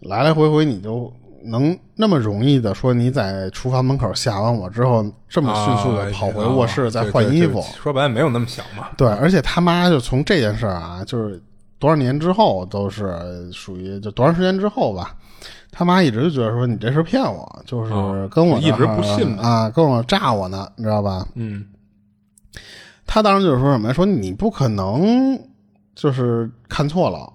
来来回回你就能那么容易的说你在厨房门口下完我之后这么迅速的跑回卧室再换衣服。啊哦哎啊对对对说白了没有那么小嘛。对，而且他妈就从这件事儿啊，就是多少年之后都是属于就多长时间之后吧，他妈一直就觉得说你这是骗我，就是哦跟我、就一直不信嘛啊，跟我诈我呢，你知道吧？嗯他当时就是说什么呀说你不可能就是看错了，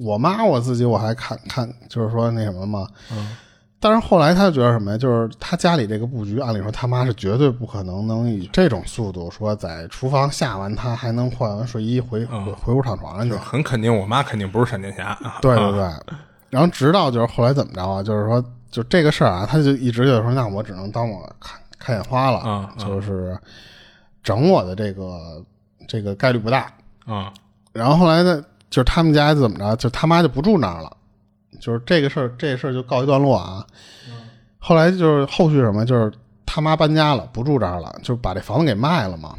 我妈我自己我还看看就是说那什么嘛，嗯但是后来他就觉得什么呀？就是他家里这个布局，按理说他妈是绝对不可能能以这种速度说在厨房下完他还能换完睡衣回回回屋躺床上去就。很肯定，我妈肯定不是闪电侠。啊对对对。然后直到就是后来怎么着啊？就是说，就这个事儿啊，他就一直就说，那我只能当我看看眼花嗯了，嗯就是整我的这个这个概率不大。啊然后后来呢，就是他们家怎么着，就他妈就不住那儿了，就是这个事儿，这事儿就告一段落啊。后来就是后续什么，就是他妈搬家了，不住这儿了，就把这房子给卖了嘛。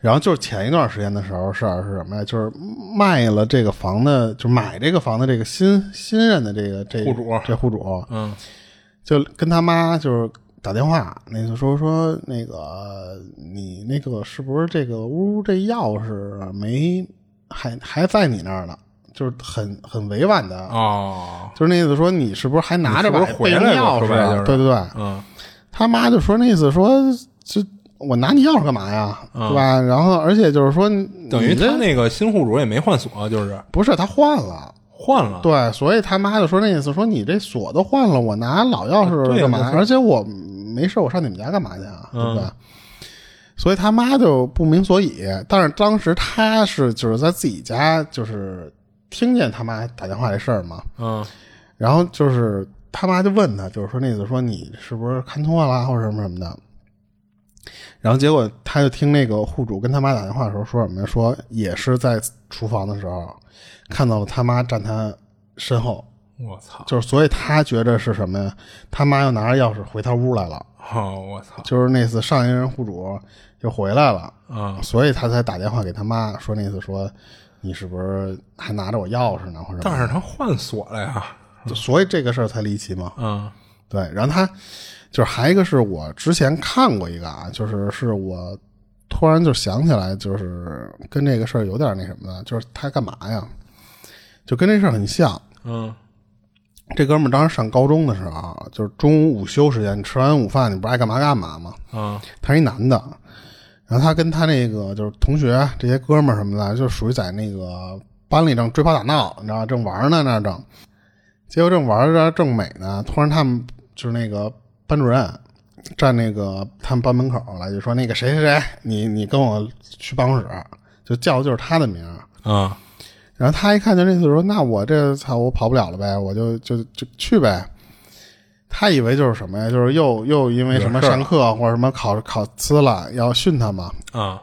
然后就是前一段时间的时候，事儿是什么呀？就是卖了这个房的，就买这个房的这个新新任的这个这户主这户主嗯就跟他妈就是打电话，那个说说那个你那个是不是这个屋这钥匙没还还在你那儿呢？就是很很委婉的，哦就是那意思说你是不是还拿着把你是不备是用回来了钥匙、啊？说白了就是对对对，嗯他妈就说那意思说这我拿你钥匙干嘛呀？对吧？然后而且就是说嗯等于你他这那个新户主也没换锁，就是不是他换了。换了。对，所以他妈就说那意思，说你这锁都换了，我拿老钥匙哎对啊干嘛我？而且我没事，我上你们家干嘛去啊？对嗯不对？所以他妈就不明所以，但是当时他是就是在自己家，就是听见他妈打电话这事儿嘛，嗯然后就是他妈就问他，就是说那意思说你是不是看错了或者什么什么的。然后结果他就听那个户主跟他妈打电话的时候说什么呀？说也是在厨房的时候看到了他妈站他身后，我操！就是所以他觉着是什么呀？他妈又拿着钥匙回他屋来了，哦，我操！就是那次上一任户主又回来了，啊！所以他才打电话给他妈说那次说你是不是还拿着我钥匙呢？或者什么但是他换锁了呀。就所以这个事儿才离奇嘛。嗯对，然后他就是还一个是我之前看过一个啊，就是是我突然就想起来，就是跟这个事儿有点那什么的，就是他干嘛呀？就跟这事儿很像。嗯这哥们儿当时上高中的时候啊，就是中午午休时间，你吃完午饭你不是爱干嘛干嘛吗？啊他是一男的，然后他跟他那个就是同学这些哥们儿什么的，就属于在那个班里正追跑打闹，你知道吧正玩呢那儿正，结果正玩着正美呢，突然他们就是那个班主任站那个他们班门口来就说那个谁谁谁，你你跟我去办公室，就叫的就是他的名儿。啊！然后他一看就那次说：“那我这操，我跑不了了呗，我就就就去呗。”他以为就是什么呀？就是又又因为什么惹事儿上课或者什么考考呲了，要训他嘛。啊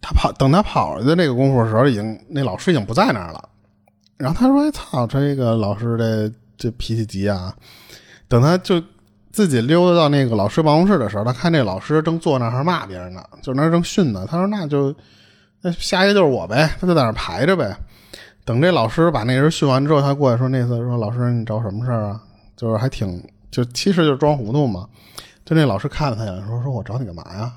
他跑，等他跑的这个功夫的时候，已经那老师已经不在那儿了。然后他说：“哎操，这个老师这这脾气急啊！”等他就自己溜达到那个老师办公室的时候，他看这老师正坐那儿还骂别人呢，就那儿正训呢。他说：“那就那下一个就是我呗。”他就在那儿排着呗。等这老师把那人训完之后，他过来说：“那次说老师，你找什么事儿啊？”就是还挺就其实就是装糊涂嘛。就那老师看了他一眼，说：“说我找你干嘛呀？”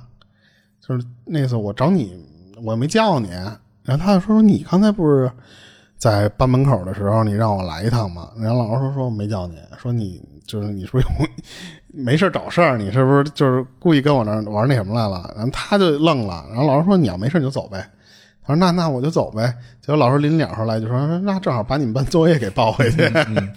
就是那次我找你，我没叫你。然后他就说说你刚才不是在班门口的时候，你让我来一趟吗？然后老师说说我没叫你，说你就是你是不是有没事找事儿？你是不是就是故意跟我那儿玩那什么来了？然后他就愣了。然后老师说你要没事你就走呗。他说那那我就走呗。结果老师临了时候来就说那正好把你们班作业给报回去。嗯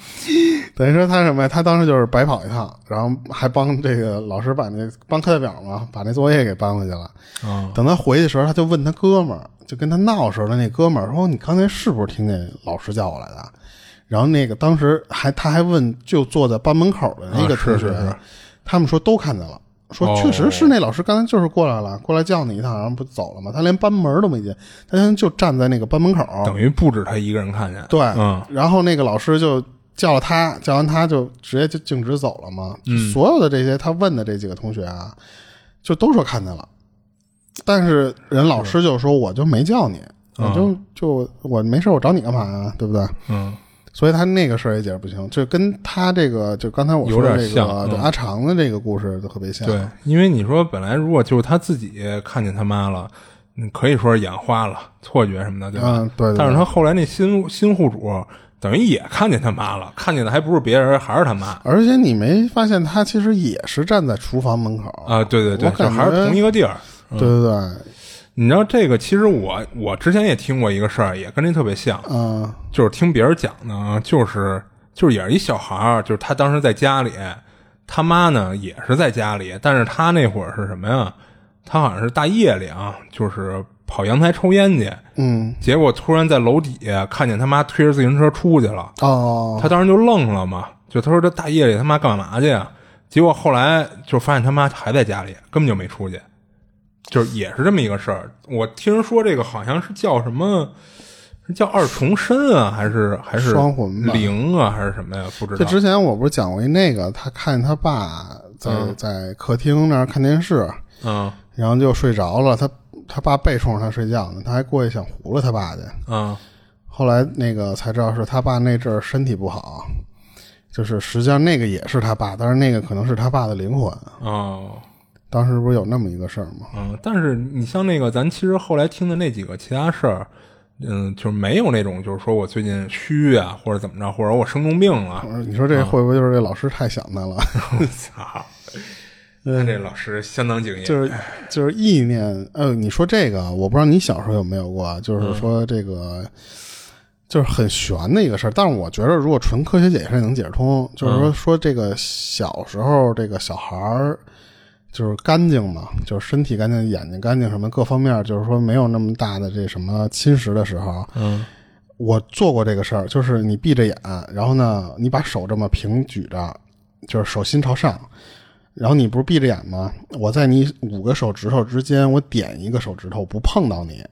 等于说他什么呀？他当时就是白跑一趟，然后还帮这个老师把那帮课代表嘛，把那作业给搬回去了。啊！等他回去的时候，他就问他哥们儿，就跟他闹时候的那哥们儿说：“哦你刚才是不是听见老师叫我来的？”然后那个当时还他还问，就坐在班门口的那个啊是同学，是是他们说都看见了，说哦确实是那老师刚才就是过来了，过来叫你一趟，然后不走了吗？他连班门都没进，他现在就站在那个班门口，等于不止他一个人看见。对，嗯然后那个老师就叫了他，叫完他就直接就径直走了嘛。嗯所有的这些他问的这几个同学啊，就都说看见了，但是人老师就说我就没叫你，我就就我没事，我找你干嘛呀？对不对？嗯所以他那个事儿也解释不清，就跟他这个就刚才我说有的点这像个嗯对阿长的这个故事就特别像。对，因为你说本来如果就是他自己看见他妈了，你可以说是眼花了、错觉什么的，对吧？嗯，对对对但是他后来那新新户主等于也看见他妈了，看见的还不是别人，还是他妈而且你没发现他其实也是站在厨房门口啊！对对对，我感就觉还是同一个地儿。对对对，你知道这个，其实我我之前也听过一个事儿，也跟这特别像，嗯就是听别人讲呢，就是就是也是一小孩儿，就是他当时在家里，他妈呢也是在家里，但是他那会儿是什么呀？他好像是大夜里啊，就是跑阳台抽烟去，嗯结果突然在楼底下看见他妈推着自行车出去了，哦，他当时就愣了嘛，就他说这大夜里他妈干嘛去啊？结果后来就发现他妈还在家里，根本就没出去，就是也是这么一个事儿。我听人说这个好像是叫什么是叫二重身啊，还是还是双魂吧灵啊，还是什么呀？不知这道。之前我不是讲过一那个，他看见他爸在、在客厅那儿看电视，嗯然后就睡着了，他他爸背冲着他睡觉呢，他还过去想糊了他爸去。嗯后来那个才知道是他爸那阵儿身体不好，就是实际上那个也是他爸，但是那个可能是他爸的灵魂。啊哦当时不是有那么一个事儿吗？嗯，但是你像那个，咱其实后来听的那几个其他事儿，嗯，就是没有那种，就是说我最近虚啊，或者怎么着，或者我生重病了我，说呃你说这会不会就是这老师太想他了？我 操！那这老师相当敬业，就是就是意念，呃，你说这个，我不知道你小时候有没有过啊，就是说这个。就是很悬的一个事儿，但是我觉得如果纯科学解释也能解释通，就是说说这个小时候这个小孩儿就是干净嘛，就是身体干净、眼睛干净什么各方面，就是说没有那么大的这什么侵蚀的时候，嗯我做过这个事儿，就是你闭着眼，然后呢，你把手这么平举着，就是手心朝上，然后你不是闭着眼吗？我在你五个手指头之间，我点一个手指头，不碰到你，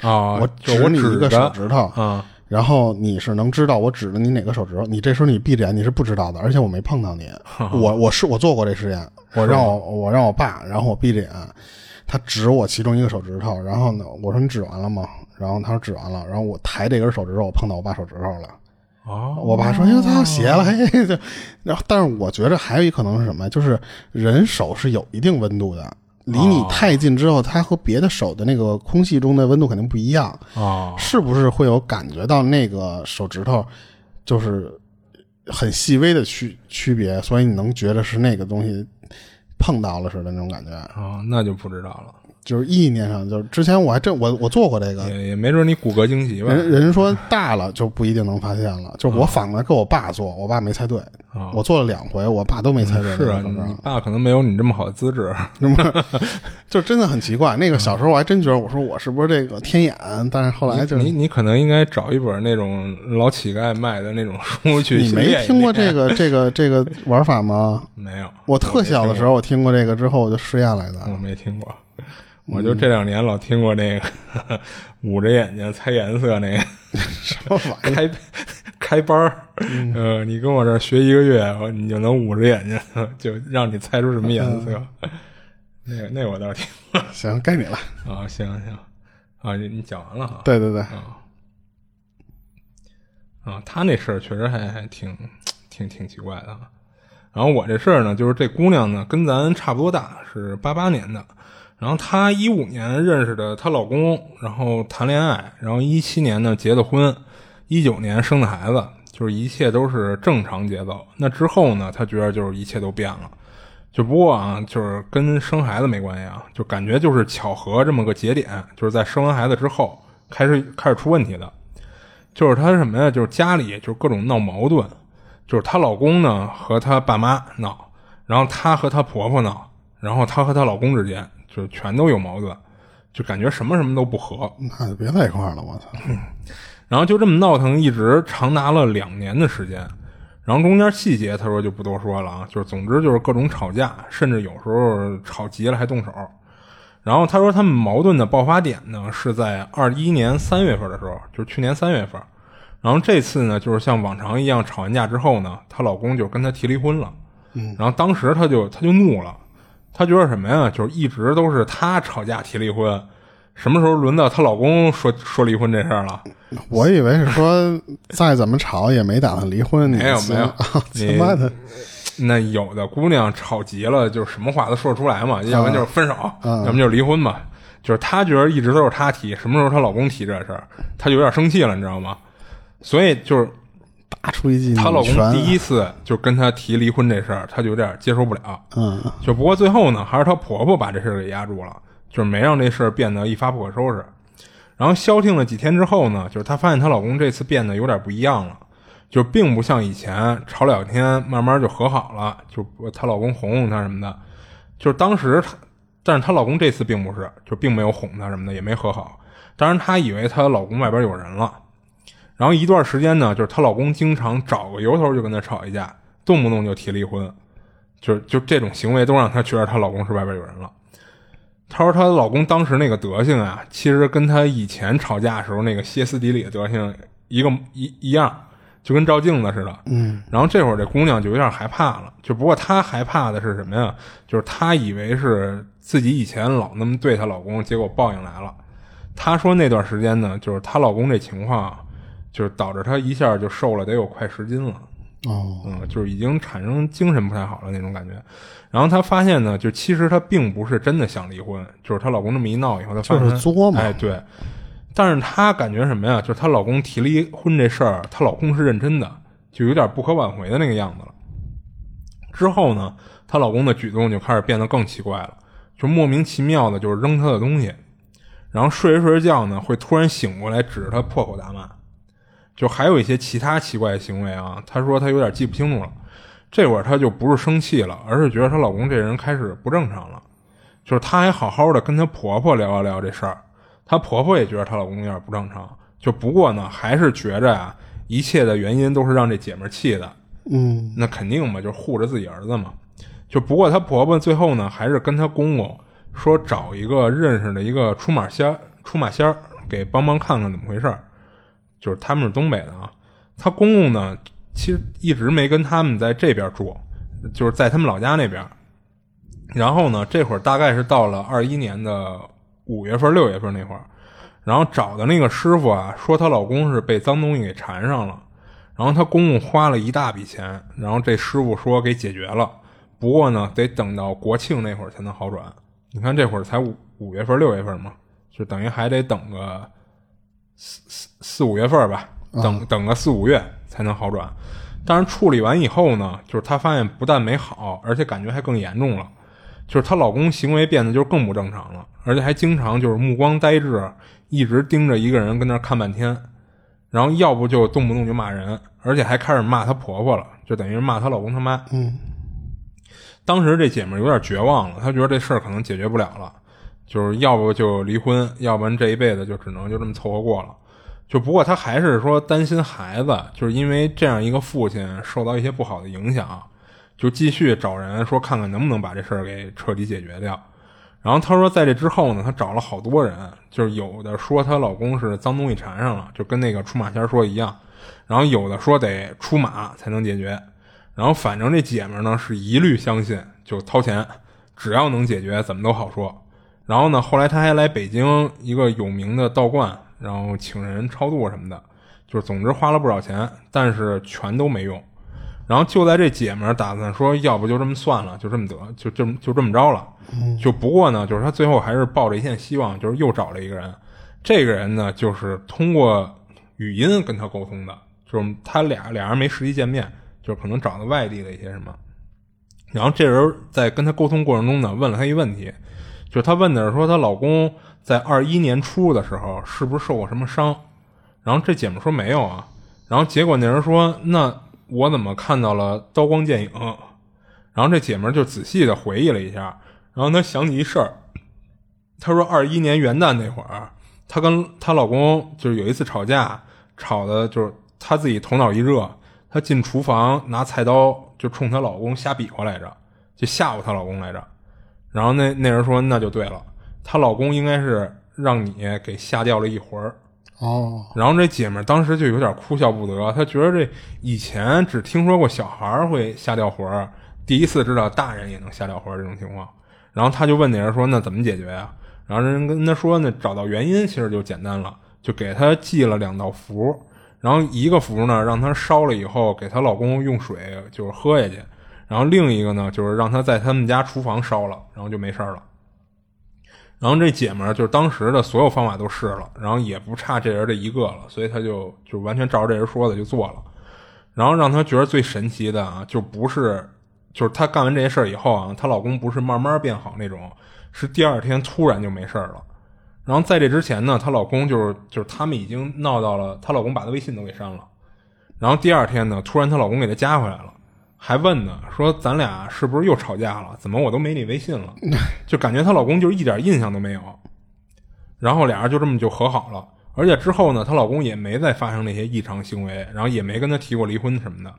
啊，我就指我你一指个手着指头，啊然后你是能知道我指着你哪个手指头。你这时候你闭着眼，你是不知道的，而且我没碰到你。我我是我做过这实验，我让我我让我爸，然后我闭着眼，他指我其中一个手指头，然后呢，我说你指完了吗？然后他说指完了，然后我抬这根手指头，我碰到我爸手指头了。哦我爸说：“哎呦，他邪了！”嘿嘿，就，然后，但是我觉着还有一可能是什么呀？就是人手是有一定温度的，离你太近之后，它和别的手的那个空气中的温度肯定不一样，哦是不是会有感觉到那个手指头就是很细微的区区别？所以你能觉得是那个东西碰到了似的那种感觉，哦，那就不知道了。就是意念上，就是之前我还真我我做过这个，也也没准你骨骼惊奇吧？人人说大了就不一定能发现了，就我反过来跟我爸做，我爸没猜对，啊我做了两回，我爸都没猜对。是啊，那个手你指爸可能没有你这么好的资质。就真的很奇怪。那个小时候我还真觉得，我说我是不是这个天眼？但是后来就你你可能应该找一本那种老乞丐卖的那种书去你没练一听过练这个这个这个玩法吗？没嗯有？我特小的时候我听过这个，之后我就试验来我的。没听过，我嗯就这两年老听过那个 捂着眼睛猜颜色那个什么玩意儿？开 开班儿，呃，你跟我这儿学一个月，我你就能捂着眼睛， 就让你猜出什么颜色。那个那我倒是听过 行，该你了。啊，行行啊，你你讲完了哈？ 对对对，啊，他那事儿确实还还挺挺挺奇怪的啊。然后我这事儿呢，就是这姑娘呢跟咱差不多大，是八八年的。然后她一五年认识的她老公，然后谈恋爱，然后一七年呢结的婚，一九年生的孩子，就是一切都是正常节奏。那之后呢，她觉得就是一切都变了。就不过啊，就是跟生孩子没关系啊，就感觉就是巧合这么个节点，就是在生完孩子之后开始开始出问题的。就是她什么呀？就是家里就是各种闹矛盾，就是她老公呢和她爸妈闹，然后她和她婆婆闹，然后她和她老公之间就全都有矛盾，就感觉什么什么都不合。那就别在一块儿了，我操！然后就这么闹腾，一直长达了两年的时间。然后中间细节，他说就不多说了啊，就是总之就是各种吵架，甚至有时候吵急了还动手。然后他说他们矛盾的爆发点呢是在二一年三月份的时候，就是去年三月份。然后这次呢，就是像往常一样吵完架之后呢，她老公就跟她提离婚了。嗯，然后当时她就她就怒了，她觉得什么呀？就是一直都是她吵架提离婚，什么时候轮到她老公说说离婚这事儿了？我以为是说再怎么吵也没打算离婚，你没有行没 有啊，他妈的，那有的姑娘吵急了，就是什么话都说得出来嘛，要不然就是分手，要么就是离婚嘛。就是她觉得一直都是她提，什么时候她老公提这事儿，她就有点生气了，你知道吗？所以就是大出一记她老女公拳。第一次就跟她提离婚这事儿，她就有点接受不了。嗯，就不过最后呢，还是她婆婆把这事儿给压住了，就是没让这事儿变得一发不可收拾。然后消停了几天之后呢，就是她发现她老公这次变得有点不一样了，就并不像以前吵两天，慢慢就和好了，就她老公哄哄她什么的。就是当时她，但是她老公这次并不是，就并没有哄她什么的，也没和好。当然，她以为她老公外边有人了。然后一段时间呢，就是她老公经常找个由头就跟她吵一架，动不动就提离婚。就是就这种行为都让她觉得她老公是外边有人了。她说她老公当时那个德行啊，其实跟她以前吵架的时候那个歇斯底里的德行一个一一样，就跟照镜子似的。嗯，然后这会儿这姑娘就有点害怕了，就不过她害怕的是什么呀？就是她以为是自己以前老那么对她老公，结果报应来了。她说那段时间呢，就是她老公这情况啊，就是导致她一下就瘦了得有快十斤了。哦，嗯，就是已经产生精神不太好了那种感觉。然后她发现呢，就其实她并不是真的想离婚，就是她老公这么一闹以后，她发现就是作嘛哎，对。但是她感觉什么呀？就是她老公提离婚这事儿，她老公是认真的，就有点不可挽回的那个样子了。之后呢，她老公的举动就开始变得更奇怪了，就莫名其妙的，就是扔她的东西，然后睡着睡着觉呢，会突然醒过来，指着她破口大骂。就还有一些其他奇怪的行为啊，她说她有点记不清楚了。这会儿她就不是生气了，而是觉得她老公这人开始不正常了。就是她还好好的跟她婆婆聊一聊这事儿，她婆婆也觉得她老公有点不正常。就不过呢，还是觉着啊，一切的原因都是让这姐们儿气的。嗯，那肯定嘛，就是护着自己儿子嘛。就不过她婆婆最后呢，还是跟她公公说找一个认识的一个出马仙儿，出马仙儿给帮忙看看怎么回事儿。就是他们是东北的啊，她公公呢，其实一直没跟他们在这边住，就是在他们老家那边。然后呢，这会儿大概是到了二一年的五月份、六月份那会儿，然后找的那个师傅啊，说她老公是被脏东西给缠上了，然后她公公花了一大笔钱，然后这师傅说给解决了，不过呢，得等到国庆那会儿才能好转。你看这会儿才五五月份、六月份嘛，就等于还得等个四四四五月份吧，等等个四五月才能好转。但是处理完以后呢，就是她发现不但没好，而且感觉还更严重了。就是她老公行为变得就更不正常了，而且还经常就是目光呆滞，一直盯着一个人跟那儿看半天，然后要不就动不动就骂人，而且还开始骂她婆婆了，就等于是骂她老公他妈。嗯，当时这姐们儿有点绝望了，她觉得这事儿可能解决不了了，就是要不就离婚，要不然这一辈子就只能就这么凑合过了。就不过她还是说担心孩子，就是因为这样一个父亲受到一些不好的影响，就继续找人说看看能不能把这事儿给彻底解决掉。然后她说，在这之后呢，她找了好多人，就是有的说她老公是脏东西缠上了，就跟那个出马仙儿说一样，然后有的说得出马才能解决，然后反正这姐们儿呢是一律相信，就掏钱，只要能解决怎么都好说。然后呢，后来她还来北京一个有名的道观，然后请人超度什么的，就是总之花了不少钱，但是全都没用。然后就在这姐们儿打算说，要不就这么算了，就这么得，就这么就这么着了。就不过呢，就是她最后还是抱着一线希望，就是又找了一个人。这个人呢，就是通过语音跟她沟通的，就是他俩俩人没实际见面，就是可能找的外地的一些什么。然后这人在跟她沟通过程中呢，问了她一问题，就是她问的是说她老公在二一年初的时候是不是受过什么伤？然后这姐们说没有啊。然后结果那人说：“那我怎么看到了刀光剑影？”然后这姐们就仔细的回忆了一下，然后她想起一事儿，她说二一年元旦那会儿，啊她跟她老公就是有一次吵架，吵的就是她自己头脑一热，她进厨房拿菜刀就冲她老公瞎比划来着，就吓唬她老公来着。然后那那人说那就对了，她老公应该是让你给吓掉了一魂儿。哦，然后这姐们儿当时就有点哭笑不得，她觉得这以前只听说过小孩儿会吓掉魂儿，第一次知道大人也能吓掉魂儿这种情况。然后她就问那人说：“那怎么解决呀、然后人跟她说：“那找到原因其实就简单了，就给她系了两道符，然后一个符呢让她烧了以后给她老公用水就是喝下去，然后另一个呢就是让她在他们家厨房烧了，然后就没事儿了。”然后这姐们儿就是当时的所有方法都试了，然后也不差这人这一个了，所以她就就完全照着这人说的就做了。然后让她觉得最神奇的啊，就不是就是她干完这些事儿以后啊，她老公不是慢慢变好那种，是第二天突然就没事儿了。然后在这之前呢，她老公就是就是他们已经闹到了，她老公把她微信都给删了。然后第二天呢，突然她老公给她加回来了，还问呢，说咱俩是不是又吵架了？怎么我都没你微信了？就感觉她老公就是一点印象都没有。然后俩人就这么就和好了，而且之后呢，她老公也没再发生那些异常行为，然后也没跟她提过离婚什么的。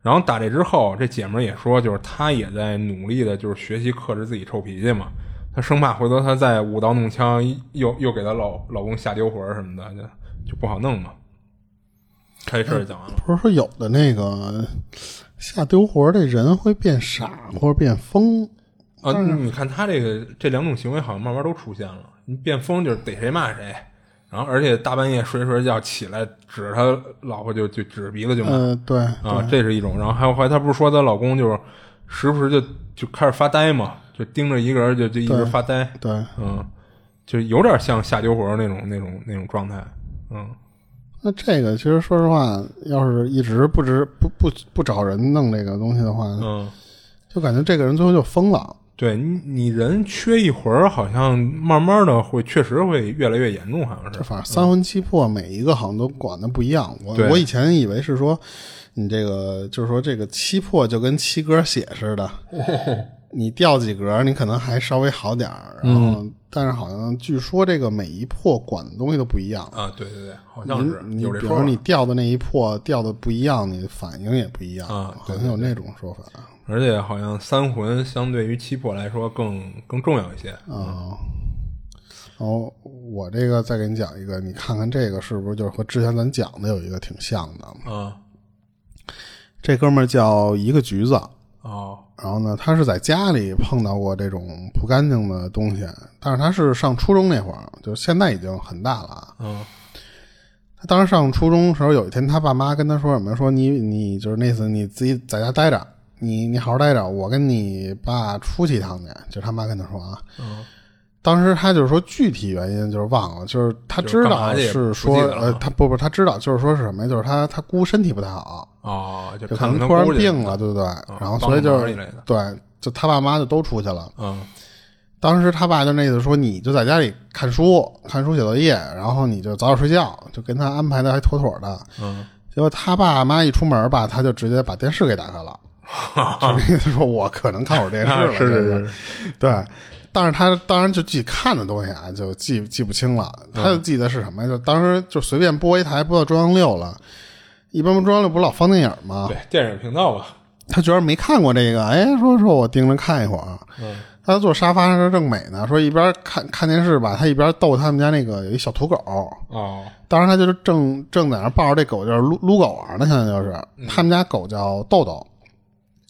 然后打这之后，这姐们儿也说，就是她也在努力的，就是学习克制自己臭脾气嘛。她生怕回头她再舞刀弄枪，又又给她老老公吓丢魂儿什么的，就就不好弄嘛。这事儿讲完了，不是说有的那个吓丢魂儿这人会变傻或者变疯，啊，你看他这个这两种行为好像慢慢都出现了。你变疯就是逮谁骂谁，然后而且大半夜睡着睡着觉起来指着他老婆就就指着鼻子就骂、呃，对，啊，这是一种。然后还有后来她不是说她老公就是时不时就就开始发呆嘛，就盯着一个人就就一直发呆，对，嗯，就有点像吓丢魂儿那种那种那种状态，嗯。那这个其实说实话，要是一直不知不不不找人弄这个东西的话，嗯，就感觉这个人最后就疯了。对你，你人缺一魂儿，好像慢慢的会，确实会越来越严重，好像这是。反正三魂七魄每一个好像都管的不一样。我嗯对我以前以为是说，你这个就是说这个七魄就跟七哥血似 的，你掉几格你可能还稍微好点儿，然后、嗯但是好像据说这个每一魄管的东西都不一样。啊，对对对，好像是你你有比这如说说法。你掉的那一魄掉的不一样，你反应也不一样，啊好像有那种说法而且好像三魂相对于七魄来说更更重要一些。啊。然后我这个再给你讲一个，你看看这个是不是就是和之前咱讲的有一个挺像的？啊这哥们儿叫一个橘子，哦然后呢，他是在家里碰到过这种不干净的东西，但是他是上初中那会儿，就是现在已经很大了啊。嗯他当时上初中的时候，有一天他爸妈跟他说什么？说你你就是那次你自己在家待着，你你好好待着，我跟你爸出去一趟去。就是他妈跟他说啊，嗯当时他就是说具体原因就是忘了，就是他知道就是干嘛去也是不记说得了啊呃，他不不他知道就是说是什么呀？就是他他姑身体不太好，哦，就就可看能看突然姑去病了，对不对？嗯然后所以就帮忙是一类的对，就他爸妈就都出去了。嗯当时他爸就那意思说，你就在家里看书、看书写作业，然后你就早点睡觉，就跟他安排的还妥妥的。嗯，结果他爸妈一出门吧，他就直接把电视给打开 了，就那意思说我可能看会儿电视了，啊是这是是，对。但是他当然就自己看的东西啊，就记记不清了。他嗯就记得是什么呀？就当时就随便播一台，播到中央六了。一般不中央六不是老放电影吗？对电影频道吧，他居然没看过这个，哎，说说我盯着看一会儿。啊嗯他坐沙发上正美呢，说一边看看电视吧，他一边逗他们家那个有一小土狗。哦当时他就是正正在那抱着这狗，就是撸撸狗玩呢，现在就是、他们家狗叫豆豆，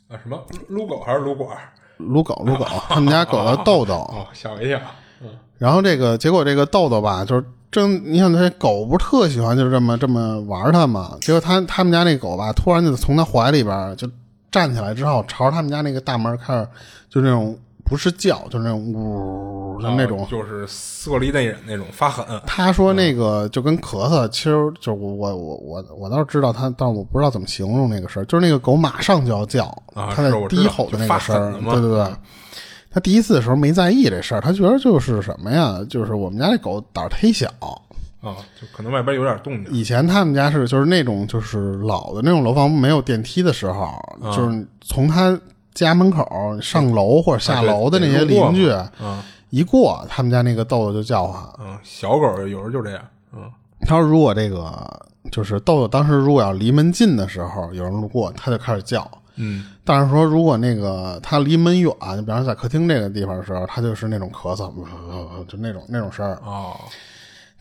啊什么撸狗还是撸管儿？撸狗撸狗，他们家狗叫豆豆。哦，吓我一跳。嗯然后这个结果这个豆豆吧，就是正你想这狗不是特喜欢就是这么这么玩它嘛，结果他他们家那狗吧，突然就从他怀里边就站起来之后，朝着他们家那个大门开始就那种不是叫，就是那种呜就那种哦。就是色厉内荏那种发狠。啊他说那个就跟咳嗽，其实就我我我我倒是知道他，但是我不知道怎么形容那个事儿，就是那个狗马上就要叫，啊它在是我知道低吼的那个声儿，就发狠了嘛嗯对对对。他第一次的时候没在意这事儿，他觉得就是什么呀，就是我们家那狗胆儿忒小，啊，就可能外边有点动静。以前他们家是就是那种就是老的那种楼房没有电梯的时候，啊就是从他家门口上楼或者下楼的那些邻居嗯一过，他们家那个豆豆就叫唤。嗯，小狗有时候就这样。嗯他说如果这个就是豆豆当时如果要离门近的时候有人路过，他就开始叫。嗯但是说如果那个他离门远，就比方说在客厅这个地方的时候，他就是那种咳嗽，就那种那种声儿。哦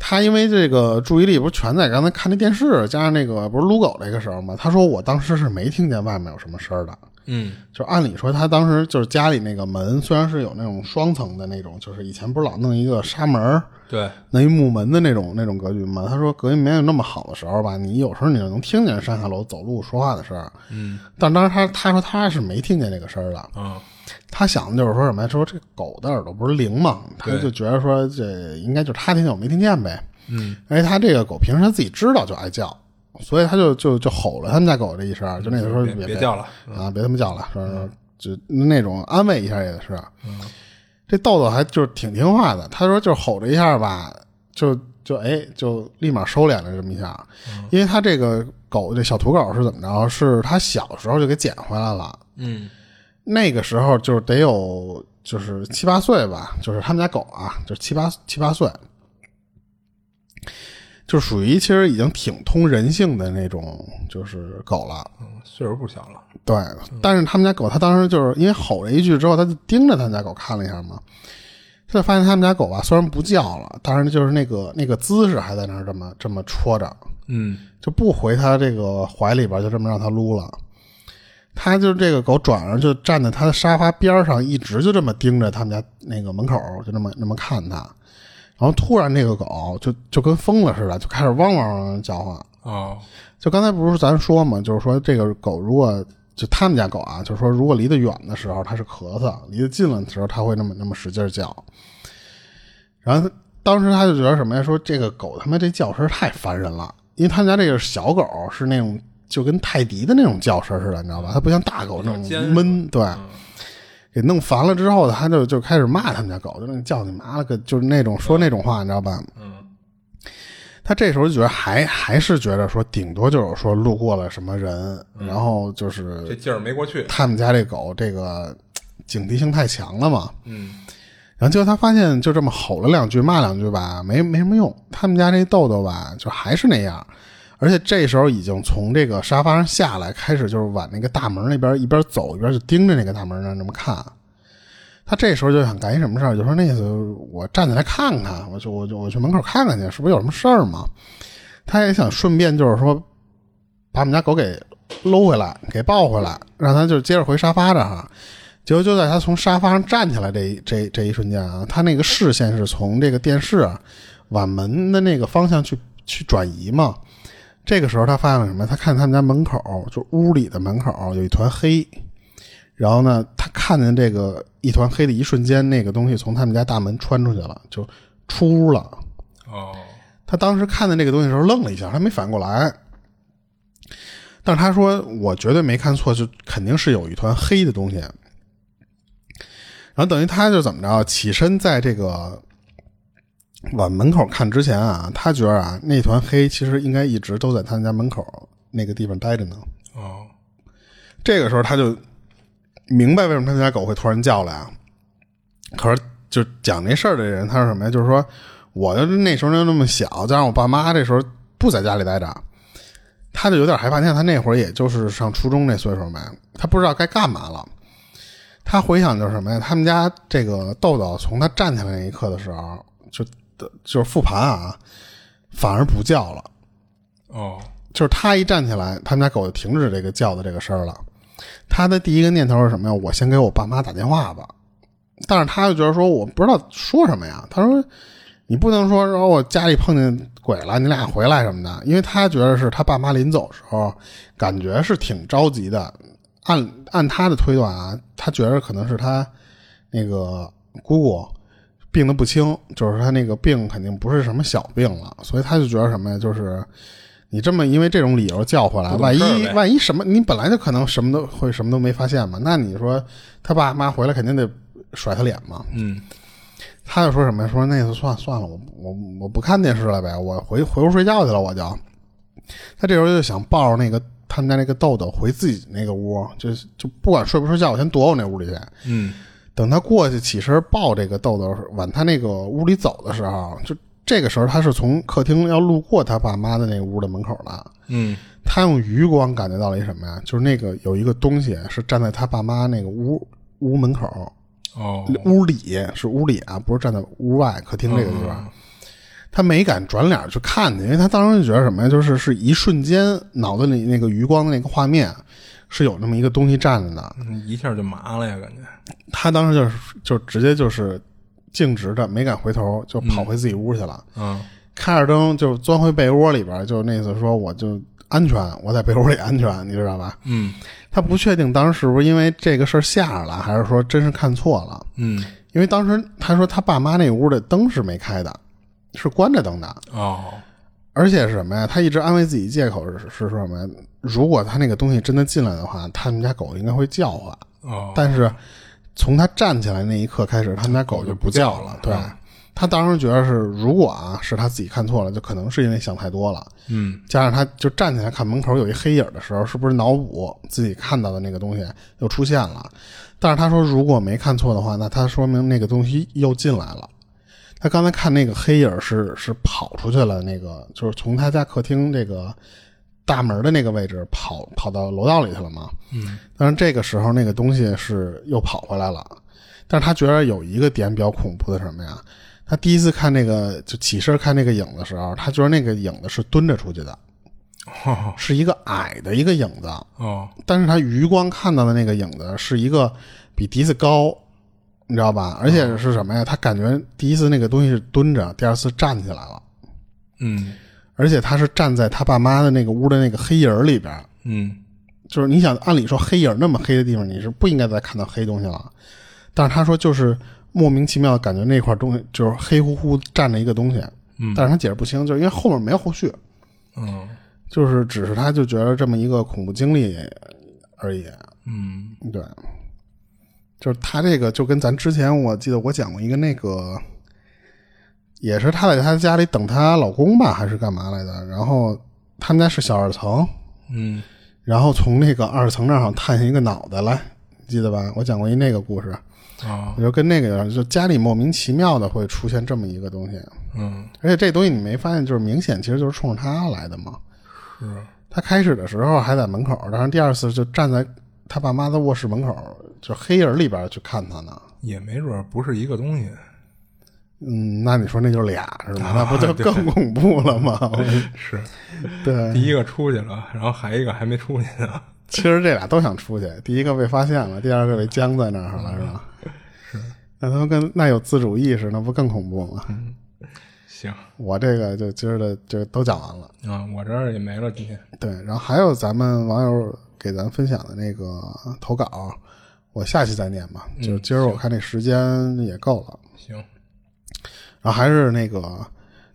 他因为这个注意力不是全在刚才看那电视，加上那个不是撸狗那个时候嘛，他说我当时是没听见外面有什么声儿的。嗯就按理说，他当时就是家里那个门虽然是有那种双层的那种，就是以前不是老弄一个纱门儿，对那一木门的那种那种格局嘛。他说隔音没有那么好的时候吧，你有时候你就能听见上下楼走路说话的声儿。嗯但当时他他说他是没听见这个声儿的，啊他想的就是说什么呀？说这狗的耳朵不是灵嘛，他对就觉得说这应该就是他听见我没听见呗。嗯而且他这个狗平时他自己知道就爱叫，所以他就就就吼了他们家狗这一声，就那个时候别别别叫了啊，别他妈叫了，说说就那种安慰一下也是。这豆豆还就是挺听话的，他说就是吼了一下吧，就就哎就立马收敛了这么一下，因为他这个狗这小土狗是怎么着？是他小时候就给捡回来了，嗯那个时候就是得有就是七八岁吧，就是他们家狗啊，就是七八七八岁，就属于其实已经挺通人性的那种就是狗了。嗯，岁数不小了。对，但是他们家狗它当时就是因为吼了一句之后，它就盯着他们家狗看了一下嘛。他就发现他们家狗啊，虽然不叫了，但是就是那个那个姿势还在那儿这么这么戳着，嗯就不回他这个怀里边，就这么让他撸了。他就这个狗转而就站在他的沙发边上，一直就这么盯着他们家那个门口，就这么那么看他。然后突然，这个狗就就跟疯了似的，就开始汪汪汪叫唤。哦就刚才不是咱说嘛，就是说这个狗如果就他们家狗啊，就是说如果离得远的时候它是咳嗽，离得近了的时候它会那么那么使劲儿叫。然后他当时他就觉得什么呀？说这个狗他妈这叫声太烦人了，因为他们家这个小狗是那种就跟泰迪的那种叫声似的，你知道吧？它不像大狗那比较尖种闷，对。给弄烦了之后，他就就开始骂他们家狗，就那叫你妈了个，就是那种说那种话，你知道吧？嗯他这时候就觉得还还是觉得说，顶多就是说路过了什么人，然后就嗯这是劲儿没过去他们家这狗这个嘖警惕性太强了嘛。嗯然后结果他发现就这么吼了两句骂两句吧，没没什么用。他们家这豆豆吧，就还是那样，而且这时候已经从这个沙发上下来，开始就是往那个大门那边一边走一边就盯着那个大门那那么看。他这时候就想干一什么事儿，就说那意思我站起来看看，我就我就我去门口看看去，是不是有什么事儿嘛？他也想顺便就是说把我们家狗给搂回来，给抱回来，让它就接着回沙发这哈。结果就在他从沙发上站起来这一这这一瞬间啊，他那个视线是从这个电视啊往门的那个方向去去转移嘛。这个时候他发现了什么？他看他们家门口，就屋里的门口有一团黑。然后呢，他看见这个一团黑的一瞬间，那个东西从他们家大门穿出去了，就出屋了。哦他当时看见这个东西的时候愣了一下，他没反应过来。但是他说：“我绝对没看错，就肯定是有一团黑的东西。”然后等于他就怎么着，起身在这个往门口看之前啊，他觉得啊，那团黑其实应该一直都在他们家门口那个地方待着呢。哦这个时候他就明白为什么他们家狗会突然叫来啊。可是就讲这事儿的人，他是什么呀？就是说，我就那时候就那么小，加上我爸妈这时候不在家里待着，他就有点害怕。你看他那会儿也就是上初中那岁数呗，他不知道该干嘛了。他回想就是什么呀？他们家这个豆豆从他站起来那一刻的时候，就就是复盘啊，反而不叫了。哦就是他一站起来，他们家狗就停止这个叫的这个声儿了。他的第一个念头是什么呀？我先给我爸妈打电话吧。但是他就觉得说，我不知道说什么呀。他说，你不能说，然后我家里碰见鬼了，你俩回来什么的。因为他觉得是他爸妈临走时候，感觉是挺着急的。按按他的推断啊，他觉得可能是他那个姑姑病的不轻，就是他那个病肯定不是什么小病了，所以他就觉得什么呀，就是你这么因为这种理由叫回来，不懂万一事儿呗万一什么，你本来就可能什么都会什么都没发现嘛，那你说他爸妈回来肯定得甩他脸嘛，嗯他就说什么呀？说那次算算了，我我我不看电视了呗，我回回屋睡觉去了，我就。他这时候就想抱着那个他们家那个豆豆回自己那个屋，就是就不管睡不睡觉，我先躲我那屋里去。嗯等他过去起身抱这个豆豆往他那个屋里走的时候，就这个时候他是从客厅要路过他爸妈的那个屋的门口了。嗯他用余光感觉到了一什么呀？就是那个有一个东西是站在他爸妈那个屋屋门口，哦屋里是屋里啊，不是站在屋外客厅这个地方。他没敢转脸去看去，因为他当时就觉得什么呀，就是是一瞬间脑子里那个余光的那个画面是有那么一个东西站着的，嗯一下就麻了呀，感觉他当时就是就直接就是径直的没敢回头，就跑回自己屋去了，嗯开着灯就钻回被窝里边，就那意思说我就安全，我在被窝里安全，你知道吧？嗯他不确定当时是不是因为这个事儿吓着了，还是说真是看错了。嗯因为当时他说他爸妈那屋的灯是没开的，是关着灯的，哦而且是什么呀？他一直安慰自己借口是是说什么呀？如果他那个东西真的进来的话，他们家狗应该会叫唤。哦但是从他站起来那一刻开始，他们家狗就不叫了。对嗯，他当时觉得是，如果啊是他自己看错了，就可能是因为想太多了，嗯加上他就站起来看门口有一黑影的时候，是不是脑补自己看到的那个东西又出现了？但是他说如果没看错的话，那他说明那个东西又进来了。他刚才看那个黑影是是跑出去了，那个就是从他家客厅这个大门的那个位置跑跑到楼道里去了嘛。嗯，但是这个时候那个东西是又跑回来了，但是他觉得有一个点比较恐怖的是什么呀？他第一次看那个就起身看那个影的时候，他觉得那个影子是蹲着出去的，哦是一个矮的一个影子，哦但是他余光看到的那个影子是一个比第一次高，你知道吧？而且是什么呀？他感觉第一次那个东西是蹲着，第二次站起来了，嗯而且他是站在他爸妈的那个屋的那个黑影儿里边儿，嗯就是你想，按理说黑影儿那么黑的地方，你是不应该再看到黑东西了。但是他说就是莫名其妙的感觉那块东西就是黑乎乎站着一个东西，嗯但是他解释不清，就是因为后面没有后续，嗯就是只是他就觉得这么一个恐怖经历而已。嗯对，就是他这个就跟咱之前我记得我讲过一个那个，也是她在她家里等她老公吧，还是干嘛来的？然后他们家是小二层，嗯然后从那个二层那儿好像探下一个脑袋来，你记得吧？我讲过一那个故事，啊我就跟那个有点，就家里莫名其妙的会出现这么一个东西，嗯而且这东西你没发现，就是明显其实就是冲着他来的嘛。是他开始的时候还在门口，但是第二次就站在他爸妈的卧室门口，就黑影里边去看他呢。也没准儿不是一个东西，嗯，那你说那就俩是吧？那不就对更恐怖了吗？是 对，第一个出去了，然后还一个还没出去呢。其实这俩都想出去，第一个被发现了，第二个被僵在那儿了，是吧？是，那他们跟那有自主意识，那不更恐怖吗？行我这个就今儿的就都讲完了。啊，我这儿也没了今天。对，然后还有咱们网友给咱分享的那个投稿，我下期再念吧。就是今儿我看这时间也够了，行，然后还是那个，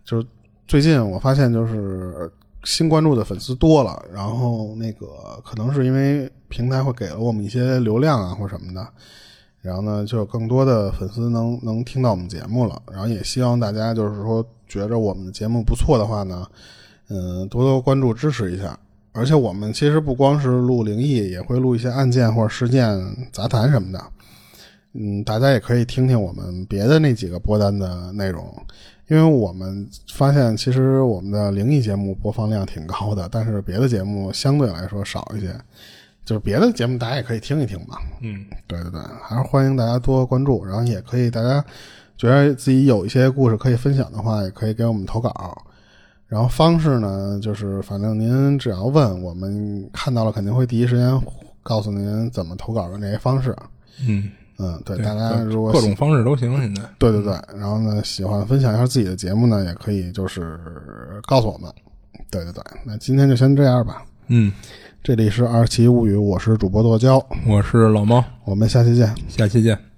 就是最近我发现就是新关注的粉丝多了，然后那个可能是因为平台会给了我们一些流量啊或什么的，然后呢就有更多的粉丝能能听到我们节目了，然后也希望大家就是说觉着我们的节目不错的话呢，嗯，多多关注支持一下。而且我们其实不光是录灵异，也会录一些案件或者事件杂谈什么的。嗯，大家也可以听听我们别的那几个播单的内容，因为我们发现其实我们的灵异节目播放量挺高的，但是别的节目相对来说少一些。就是别的节目大家也可以听一听嘛。嗯，对对对，还是欢迎大家多关注，然后也可以大家觉得自己有一些故事可以分享的话，也可以给我们投稿。然后方式呢，就是反正您只要问，我们看到了肯定会第一时间告诉您怎么投稿的那些方式。啊嗯，嗯，对，对大家如果各种方式都行，现在对对对，然后呢，喜欢分享一下自己的节目呢，也可以就是告诉我们。对对对，那今天就先这样吧。嗯，这里是二奇物语，我是主播剁椒，我是老猫，我们下期见。下期见。